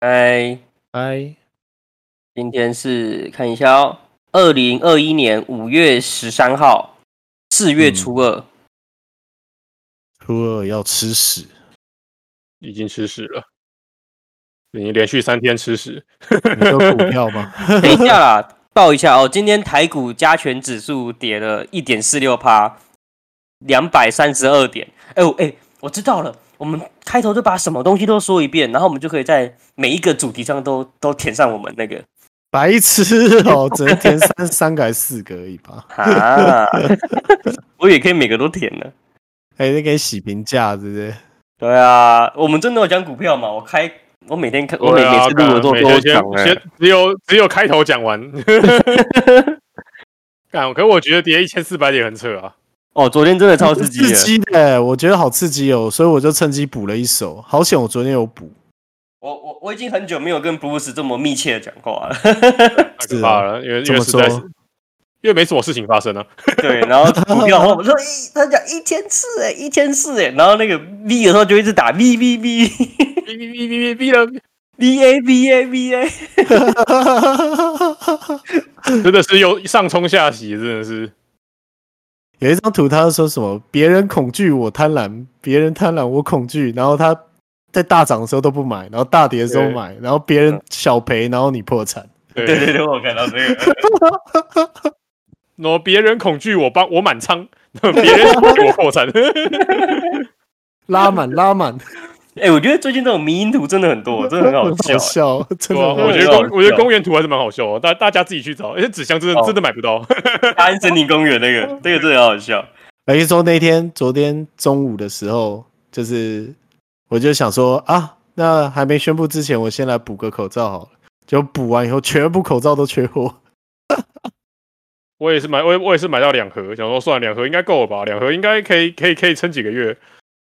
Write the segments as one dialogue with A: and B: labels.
A: 嗨，
B: 嗨，
A: 今天是看一下哦，二零二一年五月十三号，四月初二，
B: 初二要吃屎，
C: 已经吃屎了，已经连续三天吃屎。
B: 你有股票吗？
A: 等一下啦，报一下哦，今天台股加权指数跌了一点四六趴，两百三十二点。哎、我哎、我知道了，我们开头就把什么东西都说一遍，然后我们就可以在每一个主题上都都填上我们那个
B: 白痴 哦，只能填三三个还是四个而已吧？
A: 啊，我也可以每个都填了。
B: 哎、那可以洗评价，对不对？
A: 对啊，我们真的有讲股票嘛？我开，我每天看，我每
C: 对
A: 每
C: 啊
A: 次录我都
C: 干每
A: 都
C: 天
A: 讲
C: 先
A: 哎
C: 先只有只有开头讲完。干，可我觉得跌一千四百点很扯啊！
A: 哦，昨天真的超刺 激
B: 刺
A: 的。
B: 激的、我觉得好刺激哦，所以我就趁机补了一手，好险我昨天有补。
A: 我我我已经很久没有跟 Bruce 这么密切的讲话了。
C: 太
B: 是
C: 可
B: 啊
C: 怕了，因为因
B: 怎
C: 为
B: 么
C: 实在是
B: 说
C: 因为没什么事情发生啊。
A: 对，然后股票的话，我说一，他讲一千四哎，一千四哎，然后那个 V 有时候就一直打 V V V
C: 哔哔哔哔哔哔
A: V A V A V A，
C: 了，真的是有上冲下洗，真的是
B: 有一张图，他说什么？别人恐惧我贪婪，别人贪婪我恐惧，然后他在大涨的时候都不买，然后大跌的时候
C: 对
B: 买，然后别人小赔，然后你破产。
C: 对
A: 对对对，我看到这个，
C: 然后别人恐惧我帮我满 仓， 别人恐惧我破产。
B: 拉满拉满，
A: 哎，我觉得最近这种迷因图真的很多，真的很好
B: 好
A: 笑哎。
B: 笑，真
C: 对
B: 的
C: 啊，
B: 很好
C: 我
B: 笑。
C: 觉得
A: 很好
C: 公我觉得
A: 笑
C: 公园图还是蛮好笑的，大大家自己去找，而且纸箱真的、
A: 哦
C: 真的买不到，
A: 大安森林公园那个，那个真的好好笑。
B: 等于说那天昨天中午的时候，就是我就想说啊，那还没宣布之前，我先来补个口罩好了。就补完以后，全部口罩都缺货。
C: 我也是买我也我也是买到两盒，想说算了，两盒应该够了吧，两盒应该可以可以可以撑几个月。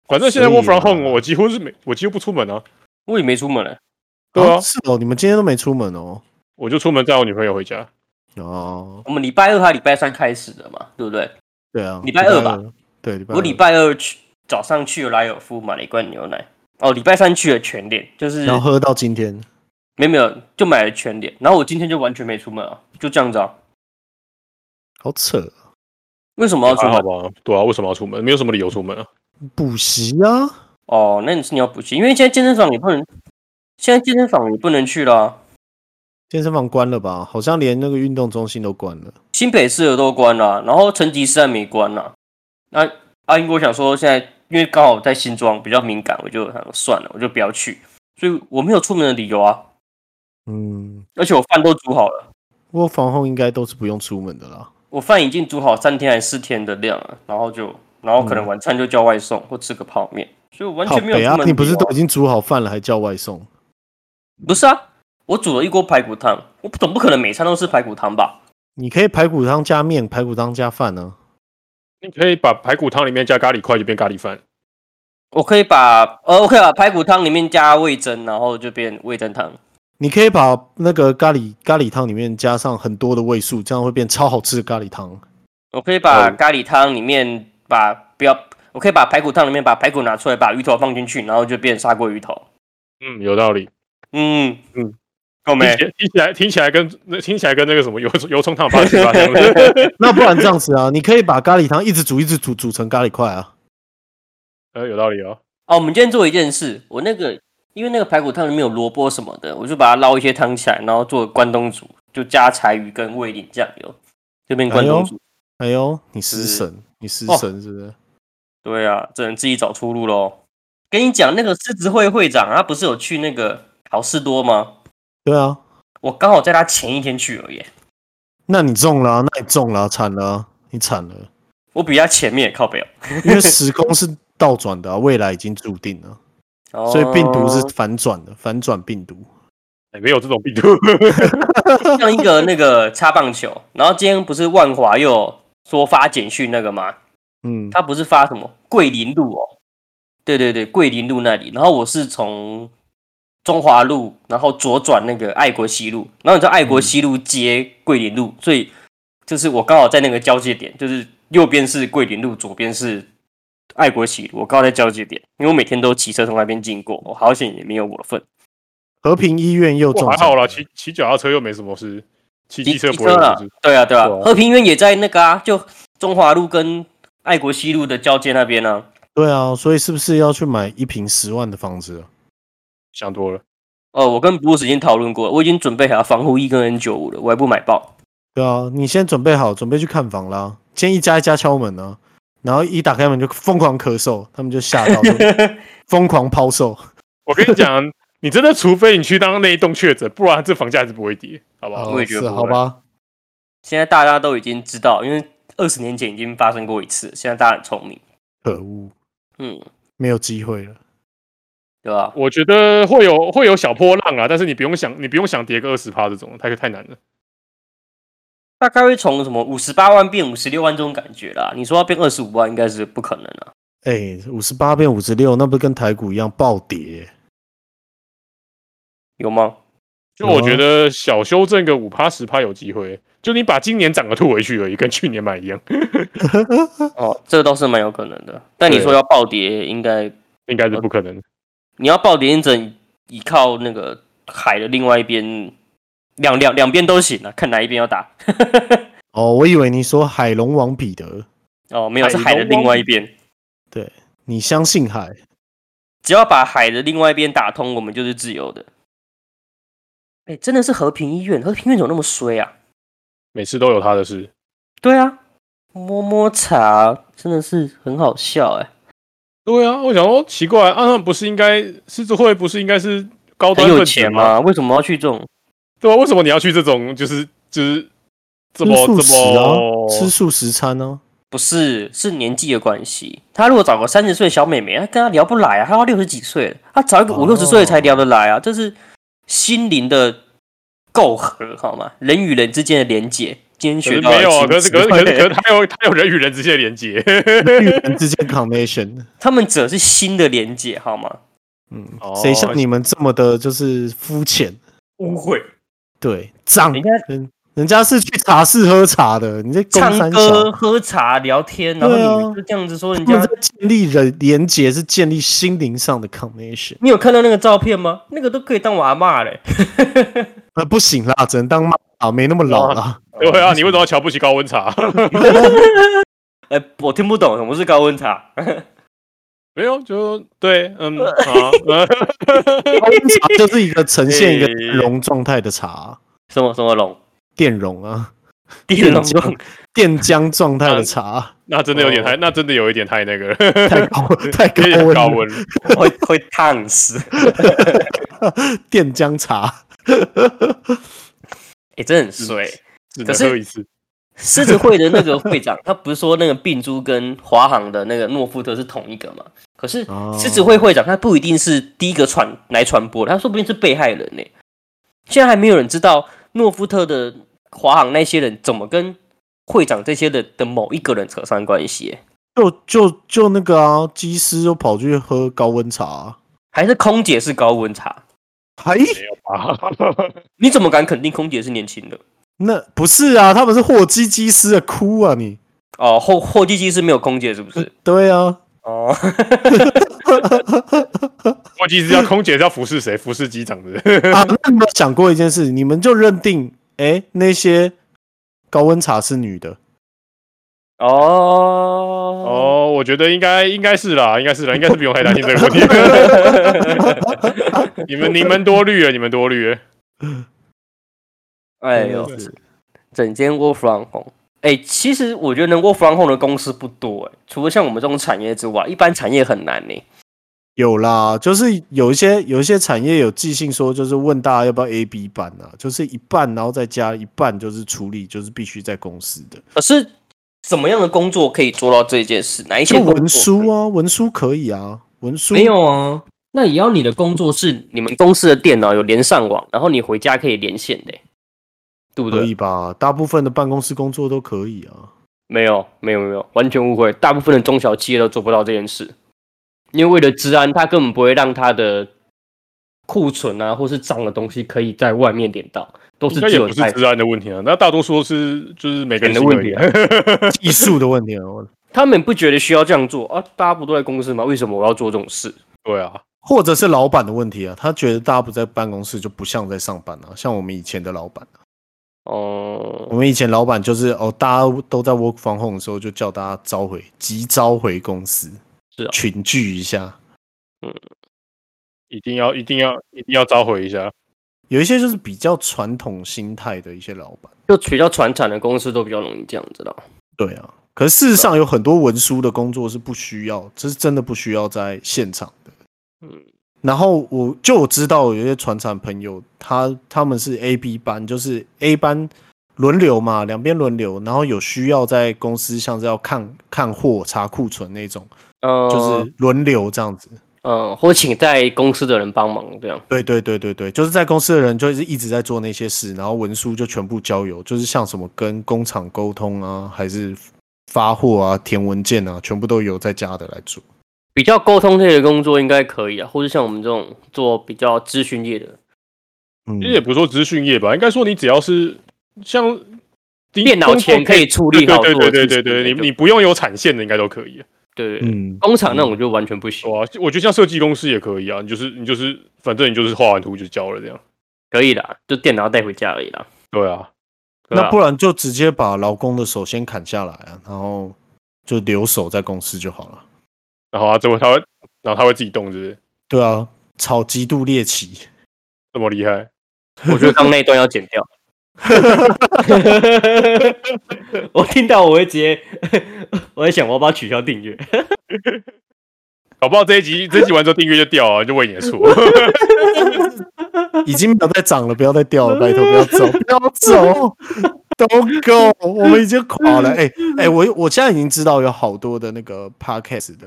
C: 反正现在
B: 所以
C: work from home，
B: 啊
C: 我几乎是没我几乎不出门啊，
A: 我也没出门欸了，
C: 对啊
B: 哦是哦，你们今天都没出门哦。
C: 我就出门载我女朋友回家。
B: 哦，
A: 我们礼拜二还礼拜三开始的嘛，对不对？
B: 对啊，
A: 礼拜二吧？
B: 对，啊礼拜
A: 我
B: 二
A: 礼拜二去早上去了莱尔夫买了一罐牛奶，哦，礼拜三去了全脸，就是
B: 然后喝到今天。
A: 没有没有就买了全脸，然后我今天就完全没出门啊，就这样子啊。
B: 好扯，
A: 为什么要出
C: 还
A: 门
C: 好？吧，对啊，为什么要出门？没有什么理由出门啊。
B: 补习啊，
A: 哦，那你是你要补习，因为现在健身房也不能，现在健身房也不能去了啊、
B: 健身房关了吧？好像连那个运动中心都关了。
A: 新北市的都关了啊、然后成吉思汗没关啊了、那阿英我想说，现在因为刚好在新庄比较敏感，我就想说算了，我就不要去，所以我没有出门的理由啊。
B: 嗯，
A: 而且我饭都煮好了，
B: 不过防控应该都是不用出门的啦。
A: 我饭已经煮好三天还是四天的量了，然后就然后可能晚餐就叫外送或吃个泡面，所以我完
B: 好
A: 全没有
B: 北
A: 出
B: 啊
A: 门、，
B: 你不是都已？经煮好饭了，还叫外送？
A: 不是啊，我煮了一锅排骨汤，我总不可能每餐都吃排骨汤吧？
B: 你可以排骨汤加面，排骨汤加饭啊呢、
C: 你可以把排骨汤里面加咖喱块就变咖喱饭，
A: 我可以把呃，我可以把排骨汤里面加味噌，然后就变味噌汤。
B: 你可以把那个咖喱咖喱汤里面加上很多的味素，这样会变超好吃的咖喱 汤。
A: 我可以把
C: 哦
A: 咖喱汤里面把不要，我可以把排骨汤里面把排骨拿出来，把鱼头放进去，然后就变砂锅鱼头。
C: 嗯，有道理。
A: 嗯
C: 嗯，
A: 够
C: 听
A: 没？
C: 起来听起来听起来跟那听起来跟那个什么油油葱烫八七 八像，呃
B: 那不然这样子啊，你可以把咖喱汤一直煮，一直煮，煮成咖喱块啊。，
C: 有道理哦。
A: 哦，我们今天做一件事，我那个因为那个排骨汤里面有萝卜什么的，我就把它捞一些汤起来，然后做关东煮，就加柴鱼跟味淋酱油，就变关东煮。
B: 哎呦，你失
A: 是
B: 神，你失
A: 哦
B: 神是不是？哎
A: 对啊，只能自己找出路喽。跟你讲，那个狮子会会长他不是有去那个好事多吗？
B: 对啊，
A: 我刚好在他前一天去而已，
B: 那你中了啊、那你中了啊、惨了啊、你惨了。
A: 我比他前面靠北哦。
B: 因为时空是倒转的、啊，未来已经注定了。所以病毒是
A: 哦
B: 反转的，反转病毒。
C: 哎没有这种病毒，
A: 哦像一个那个擦棒球，然后今天不是万华又有说发简讯那个吗？
B: 嗯，
A: 他不是发什么桂林路哦，对对对，桂林路那里。然后我是从中华路，然后左转那个爱国西路，然后你知道爱国西路接桂林路，所以就是我刚好在那个交界点，就是右边是桂林路，左边是爱国西路，我刚好在交界点，因为我每天都骑车从那边经过，我好险也没有我的份。
B: 和平医院又
C: 不
B: 中
C: 过还好啦，
B: 奖
C: 骑骑脚踏车又没什么事，骑机车
A: 骑
C: 不会有
A: 啦
C: 什么事。，
A: 对啊对啊
C: 对啊，
A: 和平医院也在那个啊，就中华路跟爱国西路的交界那边啊。
B: 对啊，所以是不是要去买一平十万的房子啊？
C: 想多了，
A: 哦，我跟布鲁斯已经讨论过了，我已经准备好防护衣跟 N 九五了，我还不买爆。
B: 对啊，你先准备好，准备去看房啦。先一家一家敲门啊，然后一打开门就疯狂咳嗽，他们就吓到， 就疯狂抛售。
C: 我跟你讲，你真的除非你去当那一栋确诊，不然这房价还是不会跌，好不好？
B: 哦
A: 我也觉得
B: 是
A: 不
B: 好
A: 会
B: 吧，
A: 现在大家都已经知道，因为二十年前已经发生过一次，现在大家很聪明，
B: 可恶，
A: 嗯，
B: 没有机会了。
A: 对吧？
C: 我觉得会有会有小波浪啊，但是你不用想，你不用想跌个二十趴这种，太太难了。
A: 大概会从什么五十八万变五十六万这种感觉啦。你说要变二十五万，应该是不可能啊了。
B: 哎，五十八变五十六，那不是跟台股一样暴跌耶？
A: 有吗？
C: 就
B: 有啊
C: 我觉得小修正个五趴十趴有机会，就你把今年涨的吐回去而已，跟去年买一样，
A: 哦，这倒是蛮有可能的。但你
C: 对
A: 说要暴跌，应该
C: 应该是不可能的。
A: 你要报点整，依靠那个海的另外一边，两两两边都行啊，看哪一边要打。
B: 哦，我以为你说海龙王彼得，
A: 哦，没有
C: 海
A: 是海的
C: 龙王
A: 另外一边，
B: 你相信海？
A: 只要把海的另外一边打通，我们就是自由的。哎，真的是和平医院，和平医院怎么那么衰啊？
C: 每次都有他的事，
A: 对啊，摸摸茶真的是很好笑哎、
C: 对啊，我想说奇怪，啊，那不是应该狮子会不是应该是高端
A: 很有
C: 分子
A: 钱吗？为什么要去这种？
C: 对啊，为什么你要去这种就是就是这
B: 吃
C: 么
B: 素
C: 这
B: 食啊
C: 么，
B: 吃素食餐啊。
A: 不是，是年纪的关系。他如果找个三十岁小妹妹，他跟她聊不来啊，他要六十几岁了，他找一个五六十岁的才聊得来啊，这是心灵的够合，好吗？人与人之间的连结，今天
C: 可
A: 学
C: 是
A: 到
C: 没有啊，
A: 了
C: 可
A: 亲
C: 是
A: 子
C: 可是可是可是他有他有人与人之间的连接，
B: 与人之间 connection，
A: 他们只是新的连结，好吗？
B: 嗯
C: 哦，
B: 谁像你们这么的，就是肤浅？
C: 误会。
B: 对，脏
A: 人家
B: 人人家是去茶室喝茶的，你这公
A: 唱
B: 三
A: 歌、
B: 小，
A: 喝茶、聊天，然后
B: 对啊
A: 你们就这样子说人
B: 他
A: 家
B: 们在建立人连结是建立心灵上的 connection，
A: 你有看到那个照片吗？那个都可以当我阿嬷嘞。
B: 呃，不行啦，只能当妈啊，没那么老啦。
C: 对啊，你为什么要瞧不起高温茶？
A: 哎、我听不懂什么是高温茶。
C: 没有，就对，嗯， 好，呃
B: 茶就是一个呈现一个
A: 哎
B: 电容状态的茶，
A: 什么什么龙？
B: 电容啊，
A: 电 龙
B: 浆电浆状态的 茶，
C: 那真的有点太，那真的有一点太那 个了，
B: 太高太高
C: 有点
B: 温
C: 高
B: 了，
C: 温了。
A: 会会烫死。
B: 电浆茶。
A: 哎、真的很衰。
C: 只
A: 可
C: 能
A: 是
C: 喝一次。
A: 狮子会的那个会长，他不是说那个病猪跟华航的那个诺富特是同一个吗？可是
B: 哦
A: 狮子会会长他不一定是第一个传来传播的，他说不定是被害人呢、现在还没有人知道诺富特的华航那些人怎么跟会长这些人的某一个人扯上关系欸、
B: 就就就那个啊，机师又跑去喝高温茶、啊，
A: 还是空姐是高温茶？哎
B: 还
C: 没有吧？
A: 你怎么敢肯定空姐是年轻的？
B: 那不是啊，他们是货机机师的哭啊你，
A: 哦，货货机机是没有空姐是不是？
B: 对 啊，
A: 哦，
C: 我其实要空姐是要服侍谁？服侍机长的。
B: 啊，那你们想过一件事，你们就认定哎、诶那些高温茶是女的，
A: 哦， 哦，
C: 哦，我觉得应该应该是啦，应该是啦，应该是不用太担心这个问题。你们你们多虑了，你们多虑了。
A: 哎呦，整间 work from home。哎、其实我觉得能 work from home 的公司不多、哎，除了像我们这种产业之外，一般产业很难呢、
B: 有啦，就是有一些有一些产业有寄信说，就是问大家要不要 A B 班啊，就是一半然后再加一半就是处理，就是必须在公司的，
A: 可是什么样的工作可以做到这件事？哪一些
B: 就
A: 工作
B: 文书啊，文书可以啊，文书
A: 没有啊？那也要你的工作是你们公司的电脑有连上网，然后你回家可以连线的欸，对不
B: 可以
A: 对？
B: 吧？大部分的办公室工作都可以啊。
A: 没有，没有，没有，完全误会。大部分的中小企业都做不到这件事，因为为了治安，他根本不会让他的库存啊，或是脏的东西可以在外面连到，都是
C: 应该
A: 只
C: 也
A: 有
C: 不是
A: 在
C: 治安的问题啊，那大多数都是就是每个人
A: 钱的问题啊
C: 行为
B: 技术的问题啊，我
A: 他们不觉得需要这样做啊？大家不都在公司吗？为什么我要做这种事？
C: 对啊，
B: 或者是老板的问题啊，他觉得大家不在办公室就不像在上班啊，像我们以前的老板，啊
A: 哦、
B: 我们以前老板就是哦，大家都在 work from home 的时候，就叫大家召回，急召回公司，
A: 是啊
B: 群聚一下。
C: 一定要一定要一定要召回一下。
B: 有一些就是比较传统心态的一些老板，
A: 就比较传产的公司都比较容易这样子的。
B: 对啊。可是事实上有很多文书的工作是不需要，这是真的不需要在现场的。
A: 嗯，
B: 然后我就我知道有一些传产朋友，他他们是 A、B 班，就是 A 班轮流嘛，两边轮流，然后有需要在公司像是要看看货、查库存那种，
A: 呃，
B: 就是轮流这样子。
A: 呃，或请在公司的人帮忙这样。
B: 对对对对对，就是在公司的人就是一直在做那些事，然后文书就全部交由，就是像什么跟工厂沟通啊，还是发货啊、填文件啊，全部都由在家的来做。
A: 比较沟通类的工作应该可以啊，或者像我们这种做比较咨询业的，
B: 嗯
C: 其实也不是说资讯业吧，应该说你只要是像
A: 电脑前可以处
C: 对
A: 理
C: 对
A: 好
C: 对
A: 多的
C: 对对对
A: 事情
C: 对，你
A: 就
C: 你不用有产线的应该都可以。
A: 对对对
B: 嗯，
A: 工厂那种就完全不行，
C: 哇，我觉得像设计公司也可以啊，你就是你就是反正你就是画完图就交了这样。
A: 可以啦，就电脑带回家而已啦。
C: 对啊，
A: 对啊
B: 那不然就直接把劳工的手先砍下来啊，然后就留守在公司就好了。
C: 然后他最后他会，然后他会自己动，是不是？
B: 对啊，炒极度猎奇，
C: 这么厉害？
A: 我觉得刚刚那一段要剪掉。 我听到我会直接， 我在想我要不要取消订阅。
C: 搞不好这一 集这一集完之后订阅就掉啊，就为你的错。
B: 已经没有再涨了，不要再掉了，拜托不要 走，不要走，都够，我们已经垮 了。哎、哎、我我现在已经知道有好多的那个 podcast 的，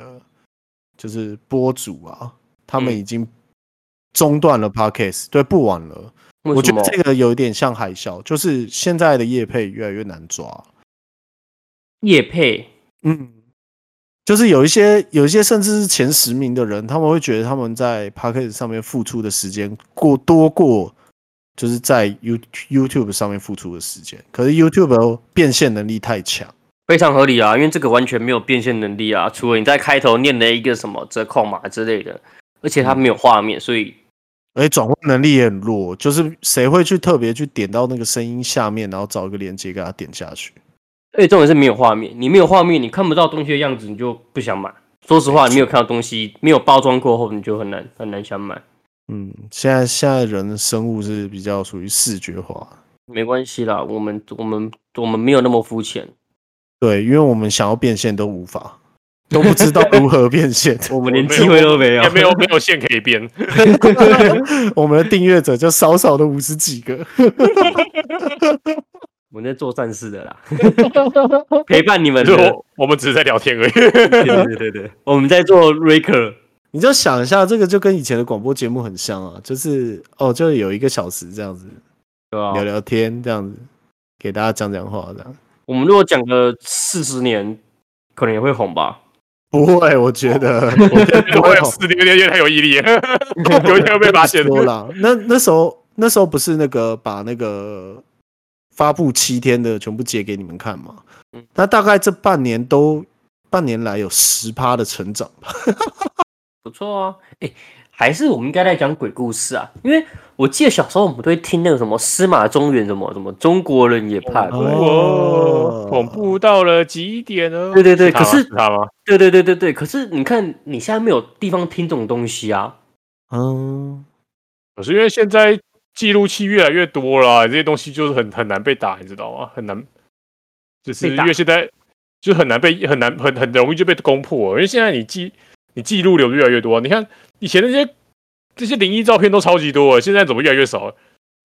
B: 就是播主啊，他们
A: 嗯
B: 已经中断了 podcast，、对，不玩了。我
A: 为
B: 觉
A: 什
B: 得
A: 么？
B: 这个有点像海啸，就是现在的业配越来越难抓。
A: 叶配
B: 嗯，就是有一些有一些甚至是前十名的人，他们会觉得他们在 p a c k a g e 上面付出的时间过多过，就是在 You YouTube 上面付出的时间。可是 YouTube 变现能力太强，
A: 非常合理啊，因为这个完全没有变现能力啊，除了你在开头念了一个什么折扣码之类的，而且它没有画面，所以
B: 而且转换能力也很弱。就是谁会去特别去点到那个声音下面，然后找一个链接给他点下去？
A: 而且重点是没有画面，你没有画面，你看不到东西的样子，你就不想买。说实话，你没有看到东西，没有包装过后，你就很难很难想买。
B: 嗯，现在现在人的生物是比较属于视觉化，
A: 没关系啦，我们我们我们没有那么肤浅，
B: 对，因为我们想要变现都无法，都不知道如何变现。
A: 我们
C: 连
A: 连
C: 机
A: 机
C: 会
A: 会都没有
C: 也。没有没有线可以编，
B: 我们的订阅者就少少的五十几个，
A: 我们在做善事 的啦，陪伴你们
C: 就
A: 的。
C: 是我我们只是在聊天而已。
A: 对对对对，我们在做 Raker。
B: 你就想一下，这个就跟以前的广播节目很像啊，就是哦，就有一个小时这样子
A: 对
C: 哦
A: 啊
B: 聊聊天，这样子给大家讲讲话，这样
A: 我们如果讲个四十年，可能也会红吧。
B: 不会，我觉得
C: 哦 我有四零年也太有毅 力 了，有一天会被发现。
B: 多啦。那那时候那时候不是那个把那个发布七天的全部截给你们看吗
A: 嗯？
B: 那大概这半年都半年来有十趴的成长吧。
A: 不错啊，哎、还是我们应该来讲鬼故事啊，因为我记得小时候我们都会听那个什么司马中原什么什么中国人也怕鬼，
B: 哦
C: 我恐怖到了极点哦！
A: 对对对
C: 他吗
A: 可是
C: 他吗？
A: 对对对对对。可是你看你现在没有地方听这种东西啊，
B: 嗯，
C: 可是因为现在记录器越来越多了，啊这些东西就是很很难被打，你知道吗？很难，就是
A: 被
C: 因
A: 打
C: 为现在就很难被很难很很容易就被攻破，因为现在你记你记录流越来越多，你看以前那些这些灵异照片都超级多，现在怎么越来越少？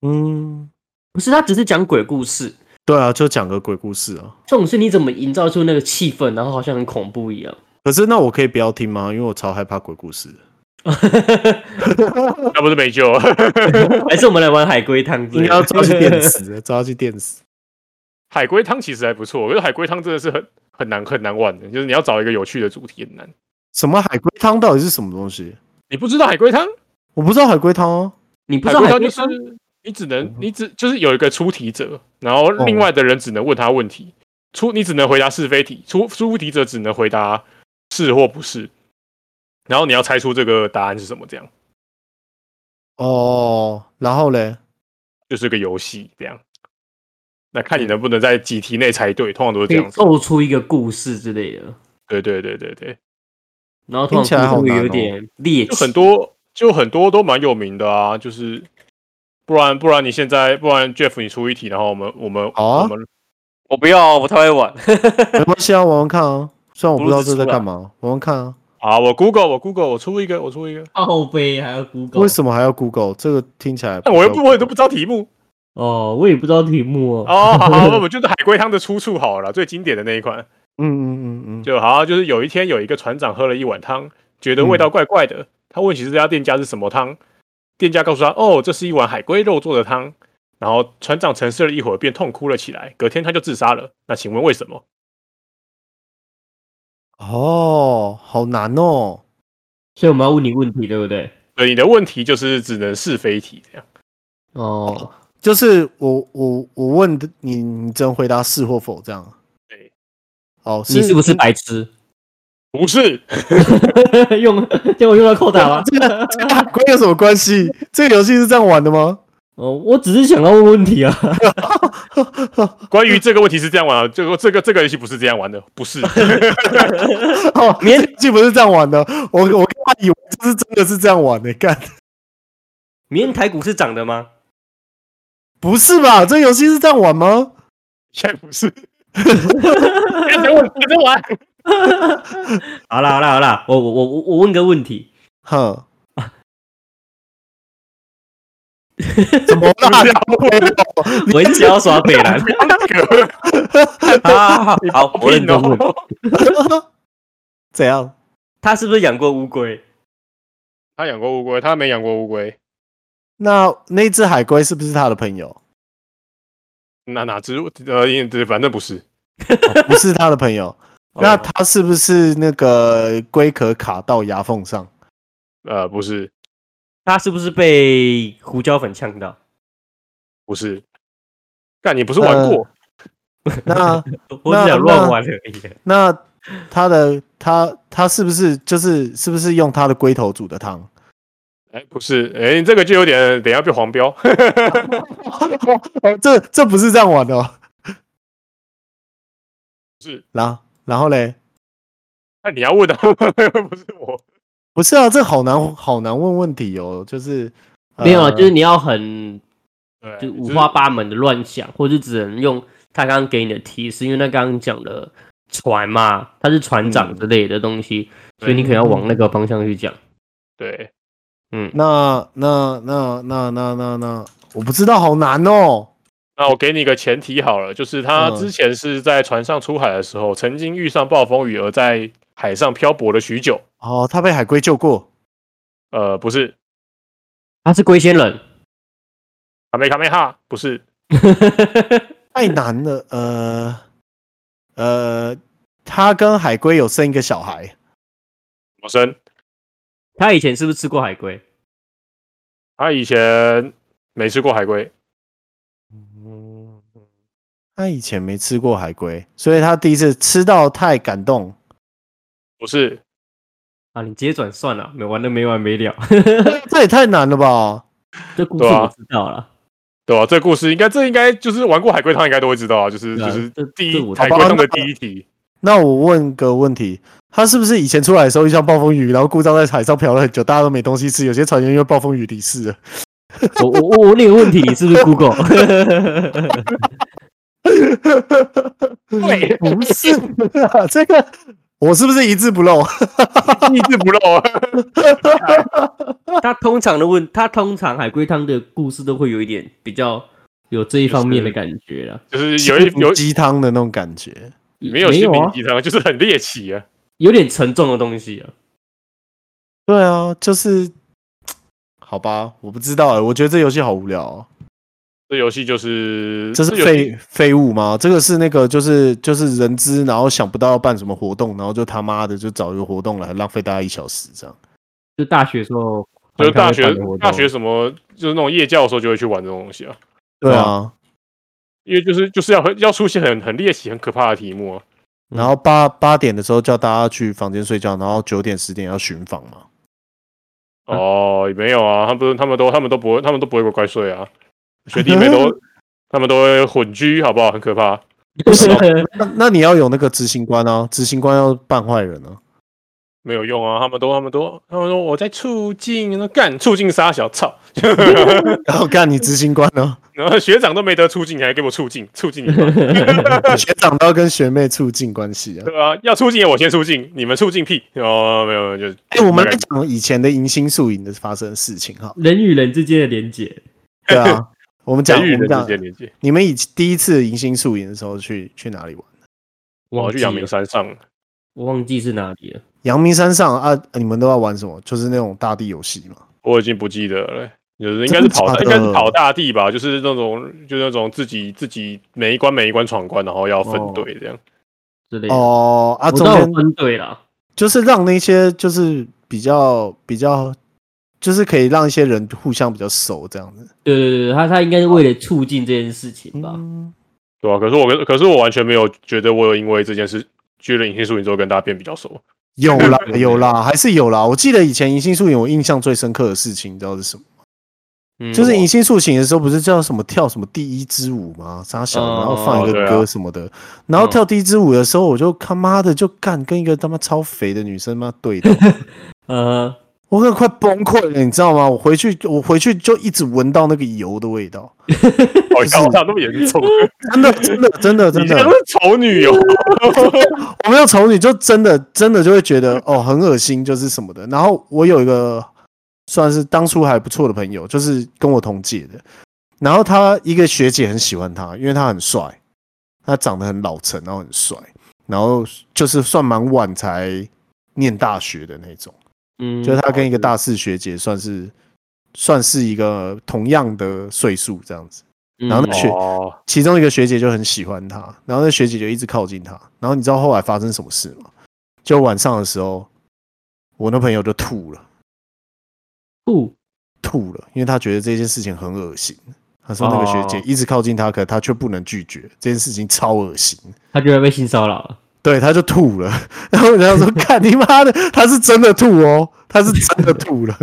B: 嗯，
A: 不是他只是讲鬼故事，
B: 对啊，就讲个鬼故事啊。
A: 这种是你怎么营造出那个气氛，然后好像很恐怖一样。
B: 可是那我可以不要听吗？因为我超害怕鬼故事的。
C: 那不是没救了。
D: 还是我们来玩海龟汤之
B: 应
D: 类
B: 该要
D: 的？
B: 抓去 电死，抓去电死。
C: 海龟汤其实还不错，可是海龟汤真的是很很难很难玩的，就是你要找一个有趣的主题很难。
B: 什么海龟汤到底是什么东西？
C: 你不知道海龟汤，
B: 我不知道海龟汤哦。
D: 你不
C: 海
D: 知道
C: 龟
D: 海
C: 汤就
D: 龟
C: 是
D: 汤？
C: 你只能你只就是有一个出题者，然后
B: 哦
C: 另外的人只能问他问题，出你只能回答是非题，出出题者只能回答是或不是，然后你要猜出这个答案是什么，这样
B: 哦，然后嘞，
C: 就是个游戏这样。那看
D: 嗯
C: 你能不能在几题内猜对，通常都是
D: 可
C: 这
D: 以
C: 样子。
D: 奏出一个故事之类的，
C: 对对对对对，
D: 然后通
B: 听起来
D: 常
B: 好
D: 会
B: 难哦
D: 有点猎
C: 就
D: 奇
C: 很。多就很多都蛮有名的啊，就是不然不然你现在不然 Jeff 你出一题，然后我们我们、
B: 好啊
C: 我们
A: 我不要，我不太会 玩。
B: 没关系啊，玩玩看啊。虽然我不知道
A: 不如
B: 这
A: 指
B: 在
A: 出来
B: 干嘛，玩玩看啊。
C: 啊，我 Google 我 Google 我出一个我出一个，
D: 靠背还要 Google？
B: 为什么还要 Google？这个听起来
C: 哎但我又不我也都
B: 都
C: 不知道题目
D: 哦，我也不知道题目哦。
C: 哦哦，好好，那我们就是海龟汤的出处好了，最经典的那一款，
B: 嗯嗯嗯嗯，
C: 就好像就是有一天有一个船长喝了一碗汤，觉得味道怪怪的，他问起这家店家是什么汤，店家告诉他哦，这是一碗海龟肉做的汤。然后船长沉思了一会儿，便痛哭了起来。隔天他就自杀了。那请问为什么？
B: 哦，好难哦。
D: 所以我们要问你问题，对不对？
C: 对，你的问题就是只能是非题这样。
D: 哦，
B: 就是我我我问的你，你只能回答是或否这样。
C: 对，
B: 哦，
D: 你是不是白痴？
C: 不是，
D: 用结果用到扣打吗？
B: 跟海龟有什么关系？这个游戏是这样玩的吗？
D: 哦，我只是想要问问题 啊。
C: 关于这个问题是这样玩的，啊这个这个这个游戏不是这样玩的，不是。
B: 哦，这游戏不是这样玩的。我我刚才以为这是真的是这样玩的，干
A: 明天台股是涨的吗？
B: 不是吧？这游戏是这样玩吗？
C: 现在不是。别等我，别等我玩。
D: 好啦好啦好啦，我我我我我问个问 题，
B: 哼，怎么啦？
D: 我一直要耍北 兰
C: 不要那个，
D: 啊
A: 好好好好，我认真问，
C: 哦。
B: 啊 怎样？
A: 他是不是养过乌龟？
C: 他养过乌龟，他没养过乌龟。
B: 那那只海龟是不是他的朋友？
C: 哪哪只呃，因对，反正不是。
B: 哦不是他的朋友。
A: 哦
B: 那他是不是那个龟壳卡到牙缝上？
C: 呃，不是，
A: 他是不是被胡椒粉呛到？
C: 不是。干，你不是玩过？
B: 那
A: 我只想乱玩而已。
B: 那他的他他是不是就是是不是用他的龟头煮的汤？
C: 哎，不是。哎，这个就有点，等一下被黄标。
B: 这这不是这样玩的、哦。
C: 是，
B: 然后然后嘞，
C: 那你要问的 不是我。
B: 不是啊，这好难好难问问题哦，就是、呃
D: 没有啊，就是你要很
C: 对，
D: 就五
C: 哎是
D: 花八门的乱想，或者只能用他刚刚给你的提示，因为他刚刚讲的船嘛，他是船长
C: 嗯
D: 之类的东西，所以你可能要往那个方向去讲。
C: 对，
B: 那那那那那那那，我不知道，好难哦。
C: 那我给你一个前提好了，就是他
B: 嗯
C: 之前是在船上出海的时候，曾经遇上暴风雨而在海上漂泊了许久。
B: 哦，他被海龟救过，
C: 呃，不是，
D: 他是龟仙人，
C: 卡梅卡梅哈，不是，
B: 太难了。呃呃，他跟海龟有生一个小孩，
C: 魔生。
D: 他以前是不是吃过海龟？
C: 他以前没吃过海龟，
B: 他以前没吃过海龟，所以他第一次吃到太感动。
C: 不是，
D: 啊，你直接转算了，没完的没完没了。
B: 这也太难了吧？
D: 这故事
C: 对啊
D: 我知道了，
C: 对吧、这故事应该，这应该就是玩过海龟汤，应该都会知道啊，就是
D: 对啊
C: 就是
D: 这
C: 第
D: 这
C: 一
D: 我
C: 海龟汤的第 一题，
B: 那我问个问题，他是不是以前出来的时候遇上暴风雨，然后故障在海上漂了很久，大家都没东西吃，有些船员因为暴风雨离世了？
D: 我我我我问你个问题，你是不是 Google？
C: 对，
B: 不是啊， 这个我是不是一字不漏？
C: 一字不漏啊。
D: 他通常的问，他通常海龟汤的故事都会有一点比较有这一方面的感觉啦。
C: 就是有一 有
B: 鸡汤的那种感觉。
C: 没有
D: 没
C: 心
D: 有
C: 灵
D: 啊，
C: 鸡汤，就是很猎奇啊。
D: 有点沉重的东西啊。
B: 对啊，就是，好吧，我不知道哎、我觉得这游戏好无聊、哦。
C: 这游戏就是
B: 这是
C: 游戏
B: 废废物吗？这个是那个就是就是人资，然后想不到要办什么活动，然后就他妈的就找一个活动来浪费大家一小时这样。
D: 就大学时候团
C: 就是大
D: 康会
C: 学
D: 办的活动，
C: 大学什么，就是那种夜教的时候就会去玩这种东西啊，
B: 对啊，
C: 因为就是就是要要出现很很猎奇、很可怕的题目、啊。
B: 然后八八点的时候叫大家去房间睡觉，然后九点十点要巡访嘛。
D: 啊
C: 哦，也没有啊，他不是他们都他们都不会他们都不会乖乖睡啊，学弟妹 都他们都会混居，好不好？很可怕。
B: 不是哦那那你要有那个执行官啊，执行官要扮坏人啊。
C: 没有用啊！他们都，他们都，他们说我在促进，那干促进杀小操，
B: 然后干你执行官哦呢、
C: 然后学长都没得促进，你还给我促进，促进你妈，
B: 学长都要跟学妹促进关系啊。
C: 对吧、要促进也我先促进，你们促进屁哦，没有，没有就
B: 哎、我们来
C: 大概
B: 讲以前的迎新宿营的发生的事情哈。
D: 人与人之间的连 接，
B: 对啊，我们讲
C: 人
B: 我
C: 与人
B: 们
C: 之
B: 讲，
C: 间连接。
B: 你们以第一次迎新宿营的时候去去哪里玩？
C: 我
D: 忘
C: 去
D: 记
C: 阳明
D: 了
C: 山上，
D: 我忘记是哪里了。
B: 阳明山上啊，你们都要玩什么？就是那种大地游戏嘛。
C: 我已经不记得了，就是应该是跑大，
B: 真
C: 应
B: 的假
C: 该
B: 的
C: 是跑大地吧，就是那种就是那种自己自己每一关每一关闯关，然后要分
B: 哦
C: 队这样。
D: 之类的。
B: 哦啊，
D: 我知
B: 中
D: 道有
B: 间
D: 分队啦，
B: 就是让那些就是比较比较，就是可以让一些人互相比较熟这样子。
D: 对对对，他他应该是为了促进这件事情吧？
B: 嗯，
C: 对啊，可是我可是我完全没有觉得我有因为这件事去了隐形树林之后跟大家变比较熟。
B: 有啦有啦，还是有啦。我记得以前迎新宿营，我印象最深刻的事情，你知道是什么？
D: 嗯
B: 就是迎新宿行的时候，不是叫什么跳什么第一支舞吗？傻小的，
D: 哦
B: 然后放一
C: 对
B: 个
C: 啊
B: 歌什么的，然后跳第一支舞的时候，我就他妈的就干跟一个他妈超肥的女生妈对到，
D: 呃，
B: 我可快崩溃了，你知道吗？我回去我回去就一直闻到那个油的味道，
C: 哦好像好像那么严重，
B: 真的真的真的真
C: 你这
B: 的
C: 个，是丑女哦。
B: 我没有丑女，就真的真的就会觉得哦很恶心，就是什么的。然后我有一个算是当初还不错的朋友，就是跟我同届的，然后他一个学姐很喜欢他，因为他很帅，他长得很老成，然后很帅，然后就是算蛮晚才念大学的那种。
D: 嗯，
B: 就是他
A: 哦
B: 跟一个大四学姐算是算是一个同样的岁数这样子，
D: 嗯，
B: 然后那学
C: 哦，
B: 其中一个学姐就很喜欢他，然后那学姐就一直靠近他，然后你知道后来发生什么事吗？就晚上的时候，我那朋友就吐了，
D: 不
B: 吐了，因为他觉得这件事情很恶心。他说那个学姐
C: 哦
B: 一直靠近他，可他却不能拒绝，这件事情超恶心。
D: 他就会被性骚扰了。
B: 对，他就吐了， 然后人家说：“看你妈的，他是真的吐哦，他是真的吐了。”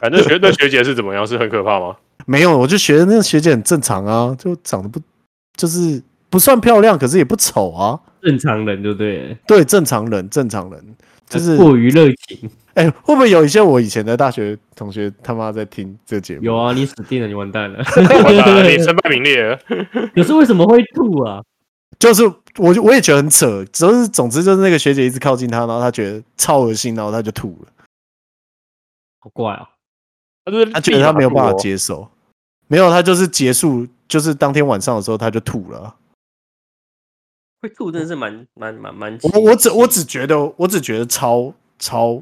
C: 反 正学那学姐是怎么样？是很可怕吗？
B: 没有，我就觉得那个学姐很正常啊，就长得不就是不算漂亮，可是也不丑啊。
D: 正常人对不对？
B: 对，正常人，正常人，就是
D: 过于热情。
B: 哎、会不会有一些我以前的大学同学他妈在听这个节目？
D: 有啊，你死定了，你完蛋了。
C: 完蛋了，你身败名裂了。
D: 可是为什么会吐啊？
B: 就是我就我也觉得很扯，只是总之就是那个学姐一直靠近他，然后他觉得超恶心，然后他就吐了，
D: 好怪啊！
C: 他就是
B: 他觉得他没有办法
C: 接。
B: 接受。没有，他就是结束，就是当天晚上的时候他就吐了啊。
A: 会吐真的是蛮蛮蛮蛮奇。
B: 我我只我只觉得我只觉得超超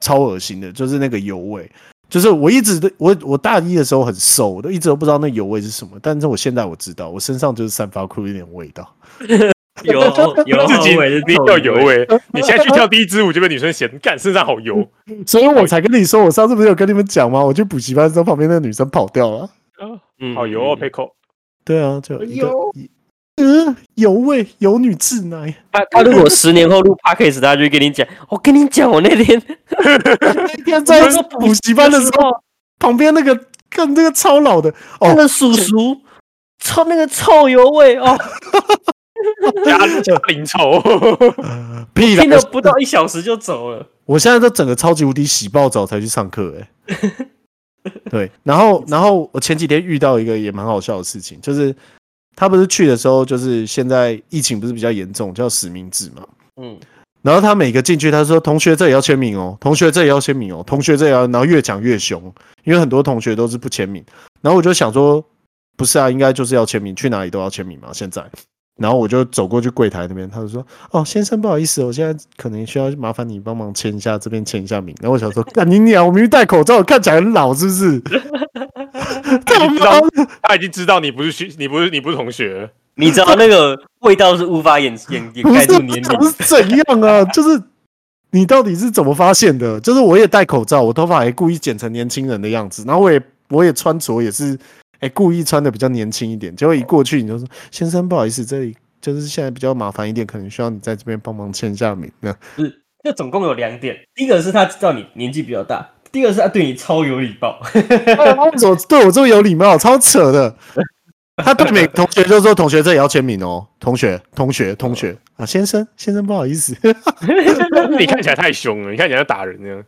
B: 超恶心的，就是那个油味，就是我一直都我我大一的时候很瘦，我都一直都不知道那油味是什么，但是我现在我知道，我身上就是散发出一点味道。
A: 有有
C: 自己
A: 我也是
C: 你
A: 臭
C: 要
A: 女
C: 油
A: 味
C: 味，你现在去跳第一支舞就被女生嫌干，身上好油。
B: 所以我才跟你说，我上次不是有跟你们讲吗？我去补习班的时候，旁边那个女生跑掉了。
C: 啊，
A: 嗯
C: 好油哦，Pickle。
B: 对啊，就一个一呃油味油女自奶，
A: 他他如果十年后录 podcast，他就会跟你讲，我跟你哦讲，我那天
B: 那天在补习班的时候，旁边那个看那个超老的哦
A: 那，个叔叔臭那个臭油味 哦，
C: 加加 零臭，
B: 呃屁
A: 听了
B: 啦！
A: 不到一小时就走了。
B: 我现在都整个超级无敌洗爆澡才去上课哎、 对，然后然后我前几天遇到一个也蛮好笑的事情，就是他不是去的时候，就是现在疫情不是比较严重，叫实名制嘛。
A: 嗯，
B: 然后他每个进去，他说：“同学这里要签名哦，同学这里要签名哦，同学这里要。”然后越讲越凶，因为很多同学都是不签名。然后我就想说，不是啊，应该就是要签名，去哪里都要签名嘛。现在，然后我就走过去柜台那边，他就说：“哦，先生，不好意思，我现在可能需要麻烦你帮忙签一下，这边签一下名。”然后我想说：“干你娘！我明明戴口罩，我看起来很老，是不是？”他
C: 知
B: 妈
C: 道
B: 的！
C: 他已经知道你不是学，你不是你不是同学了，
A: 你知 道那个味道是无法掩掩 掩
B: 不
A: 盖
B: 是
A: 住年
B: 不
A: 龄
B: 是。怎样啊？就是你到底是怎么发现的？就是我也戴口罩，我头发还故意剪成年轻人的样子，然后我也我也穿着也是，哎、故意穿的比较年轻一点。结果一过去你就说：“先生，不好意思，这里就是现在比较麻烦一点，可能需要你在这边帮忙签一下名。”那
A: 那总共有两点，第一个是他知道你年纪比较大，第二个是他对你超有礼貌。
B: 他为什么对我这么有礼貌？超扯的。他对每个同学就说：“同学，这也要签名哦。”同学，同学，同学啊，先生，先生，不好意思。
C: 你看起来太凶了，你看起来像打人那样。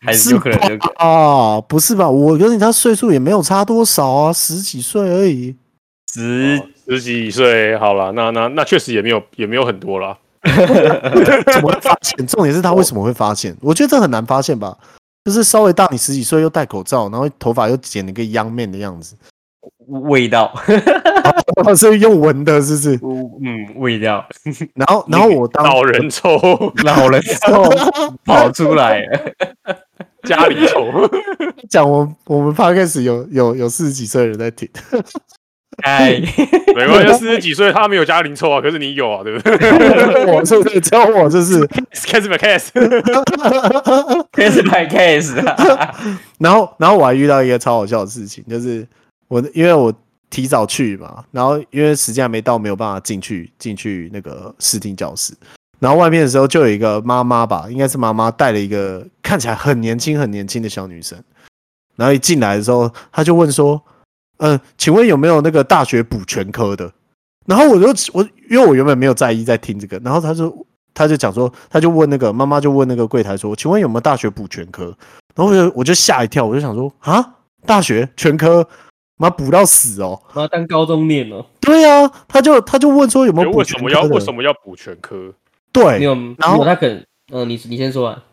A: 还
B: 是吧啊，不是吧？我跟你他岁数也没有差多少啊，十几岁而已。
A: 十
C: 十几岁，好了，那那那确实也没有也没有很多啦。
B: 怎么会发现？重点是他为什么会发现？我觉得这很难发现吧。就是稍微大你十几岁，又戴口罩，然后头发又剪了一个央面的样子，
A: 味道，
B: 哦所以用闻的，是不是？
A: 嗯，味道，
B: 然后，然后我当
C: 老人臭，
A: 老 人臭跑出来了，
C: 家里 臭，
B: 讲，我们我们 p 开始有有有四十几岁的人在听，
A: 哎，
C: 没关系，四十几岁他没有家里臭啊，可是你有啊，对不对
B: 我是不是？只有我就是。
C: ？Case by case，
A: 开始拍 case 啊，
B: 然后，然后我还遇到一个超好笑的事情，就是我因为我提早去嘛，然后因为时间还没到，没有办法进去进去那个视听教室。然后外面的时候就有一个妈妈吧，应该是妈妈带了一个看起来很年轻很年轻的小女生。然后一进来的时候，她就问说：“嗯、请问有没有那个大学补全科的？”然后我就我因为我原本没有在意在听这个，然后她就她就讲说，她就问那个妈妈就问那个柜台说：“请问有没有大学补全科？”然后我就我就吓一跳，我就想说啊，大学全科，妈补到死哦！
D: 然后当高中念哦，
B: 对啊，他就他就问说有没有补
C: 为
B: 全
C: 什
B: 科
C: 么要
B: 的
C: 为什么要补全科？
B: 对
D: 你，有，
B: 然后
D: 没有他可能，嗯，你你先说啊，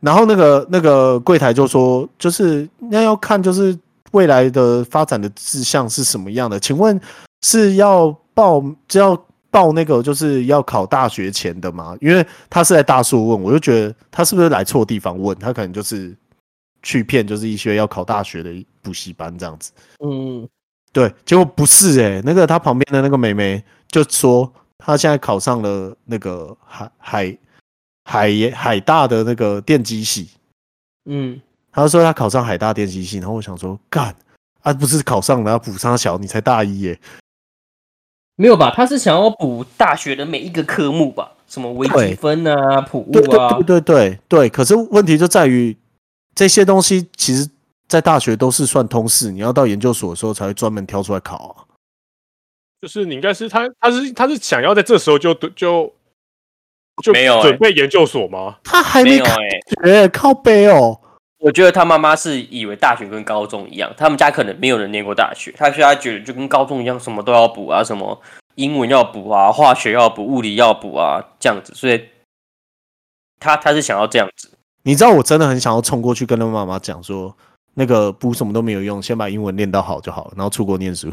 B: 然后那个那个柜台就说，就是那要看就是未来的发展的志向是什么样的。请问是要报是要报那个就是要考大学前的吗？因为他是在大树问，我就觉得他是不是来错地方问，他可能就是去骗就是一些要考大学的补习班这样子。
D: 嗯，
B: 对，结果不是诶、那个他旁边的那个妹妹就说，她现在考上了那个海海海海大的那个电机系，
D: 嗯，
B: 她说她考上海大电机系，然后我想说，干，啊不是考上了，要补上小，你才大一耶、
D: 没有吧？他是想要补大学的每一个科目吧？什么微积分啊、普物
B: 对对
D: 啊
B: 对，对对对，可是问题就在于这些东西其实。在大学都是算通识，你要到研究所的时候才会专门挑出来考啊。
C: 就是你应该是他，他是他是想要在这时候就就就
A: 没有欸
C: 准备研究所吗？
B: 他还
A: 没
B: 没
A: 有
B: 开
A: 哎、
B: 学、靠背哦。
A: 我觉得他妈妈是以为大学跟高中一样，他们家可能没有人念过大学，他所以他觉得就跟高中一样，什么都要补啊，什么英文要补啊，化学要补，物理要补啊，这样子，所以他他是想要这样子，
B: 你知道我真的很想要冲过去跟他妈妈讲说，那个补什么都没有用，先把英文练到好就好了，然后出国念书。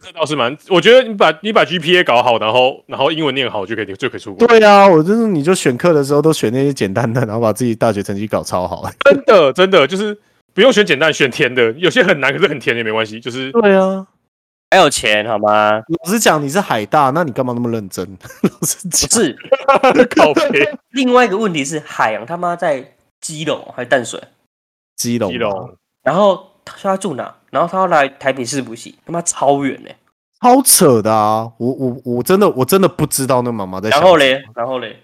C: 这倒是蛮，我觉得你把你把 GPA 搞好，然后然后英文念好就可以就可以出 国。
B: 对啊，我就是你就选课的时候都选那些简单的，然后把自己大学成绩搞超好。
C: 真的真的就是不用选简单，选甜的，有些很难，可是很甜也没关 系，就是
B: 对啊，
A: 还有钱好吗？
B: 老实讲，你是海大，那你干嘛那么认真？ 老实
A: 不
B: 讲，
A: 是，
C: 靠背。
A: 另外一个问题是，海洋他妈在基隆还是淡水？
B: 基隆，
C: 基隆，
A: 然后他说他住哪？然后他要来台北市补习，他妈超远呢、
B: 超扯的啊！我我我真的我真的不知道那妈妈在想
A: 然
B: 什么。
A: 后嘞，然后嘞，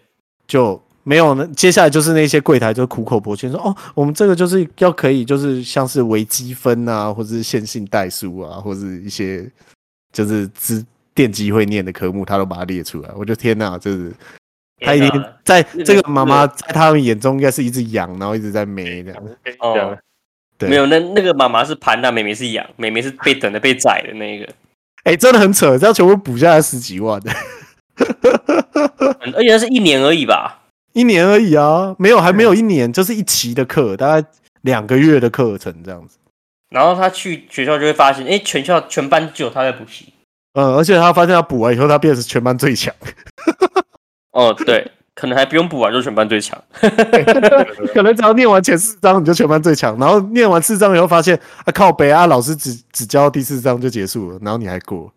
B: 就没有呢。接下来就是那些柜台就苦口婆心说：“哦，我们这个就是要可以，就是像是微积分啊，或者是线性代数啊，或者是一些就是资电机会念的科目，他都把它列出来。”我就天哪，就是他一
A: 天
B: 定
A: 哪
B: 在
A: 那个
B: 这个妈妈在他们眼中应该是一只羊，然后一直在咩这样。
A: 哦
C: 这样
B: 对
A: 没有，那那个妈妈是盘，那妹妹是养，妹妹是被等的被宰的那 一个，
B: 哎、真的很扯，这样全部补下来十几万，
A: 嗯而且那是一年而已吧？
B: 一年而已啊，没有还没有一年，就是一期的课，大概两个月的课程这样子。
A: 然后他去学校就会发现，哎，全校全班只有他在补习，
B: 嗯，而且他发现他补完以后，他变成全班最强，
A: 哦，对，可能还不用补啊完就全班最强。
B: 可能只要念完前四章你就全班最强，然后念完四章以后发现啊靠北啊，老师只只教第四章就结束了，然后你还过，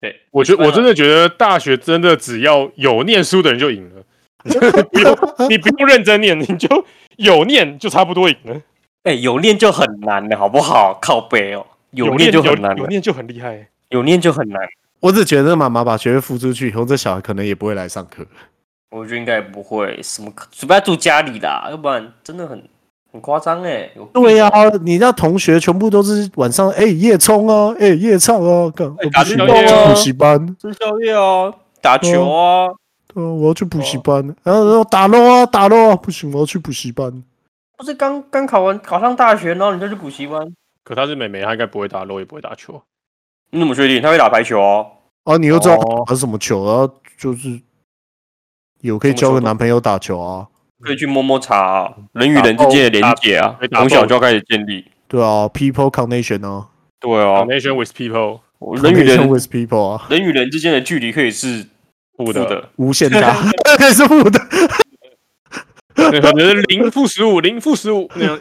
A: 对，
C: 我觉我真的觉得大学真的只要有念书的人就赢了， 不用你不用认真念，你就有念就差不多赢了。
A: 哎、有念就很难了，好不好？靠背哦，有
C: 念
A: 就很难
C: 有
A: 了，
C: 念就很厉害。
A: 有念就很难。
B: 我只觉得妈妈把学费付出去以后，这小孩可能也不会来上课。
A: 我觉得应该也不会，什么可除非他住家里啦，要不然真的很很夸张哎。有病
B: 对啊呀、
A: 哦
B: 你那同学全部都是晚上哎、夜冲哦，哎、夜唱哦，干我
C: 打
B: 不行
C: 电
B: 我
C: 动
B: 要
A: 啊
B: 去补哦习班，
A: 吃宵夜哦，打球哦，
B: 对啊，我要去补习班，然后说打喽啊打喽啊，不行，我要去补习班。
A: 不是刚刚考完考上大学，然后你就去补习班？
C: 可她是妹妹，她应该不会打 low，也不会打球。
A: 你怎么确定他会打排球哦？
B: 哦、你又知道
C: 哦
B: 打什么球，然后就是有可以交个男朋友打球啊，
A: 可以去摸摸茶啊、人与人之间的连接啊
C: 打，打
A: 从小就要开始建立。
B: 对啊，people connection 啊
A: 对啊，
C: Nation with people，
A: 人与
B: ，connection
A: 人
B: with people 啊，
A: 人与人之间的距离可以是
C: 负
A: 负
C: 的，
A: 的，
B: 无限大，这是我的，
C: 对可能是零负十五，零负十五那样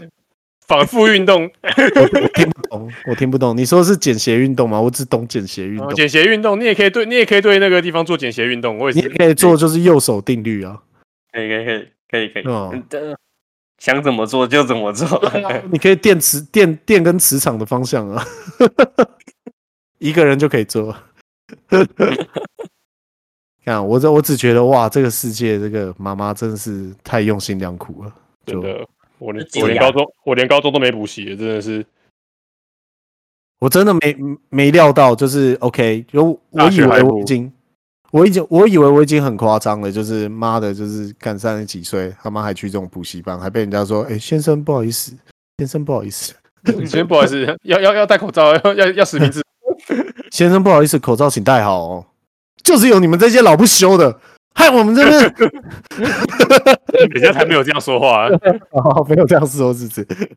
C: 反复运动，
B: 我听不懂， 我听不懂，你说是减鞋运动吗？我只懂减鞋运
C: 然
B: 动
C: 后，减斜哦运动，你也可以对，你也可以对那个地方做减斜运动。我也
B: 你
C: 是
B: 也，可以做就是右手定律啊。
A: 可以可以可以可以可以
B: 哦
A: 嗯，但想怎么做就怎么做。
B: 你可以啊电磁电电跟磁场的方向啊， 一个人就可以做。 看我这我只觉得哇，这个世界这个妈妈真的是太用心良苦了。
C: 真
B: 就
C: 的，我连
A: 自己
C: 我连
A: 养
C: 高中我连高中都没补习，真的是
B: 我真的没没料到，就是 OK，就我
C: 大
B: 以
C: 学还
B: 为
C: 不
B: 我已经，我已经我以为我已经很夸张了，就是妈的，就是干三十几岁，他妈还去这种补习班，还被人家说，哎、先生不好意思，先生不好意思，
C: 先不好意思，要要要戴口罩， 要要要实名制。
B: 先生，不好意思，口罩请戴好哦。就是有你们这些老不休的，害我们这边
C: 人家才没有这样说话、
B: 哦， 没有这样说，是不是？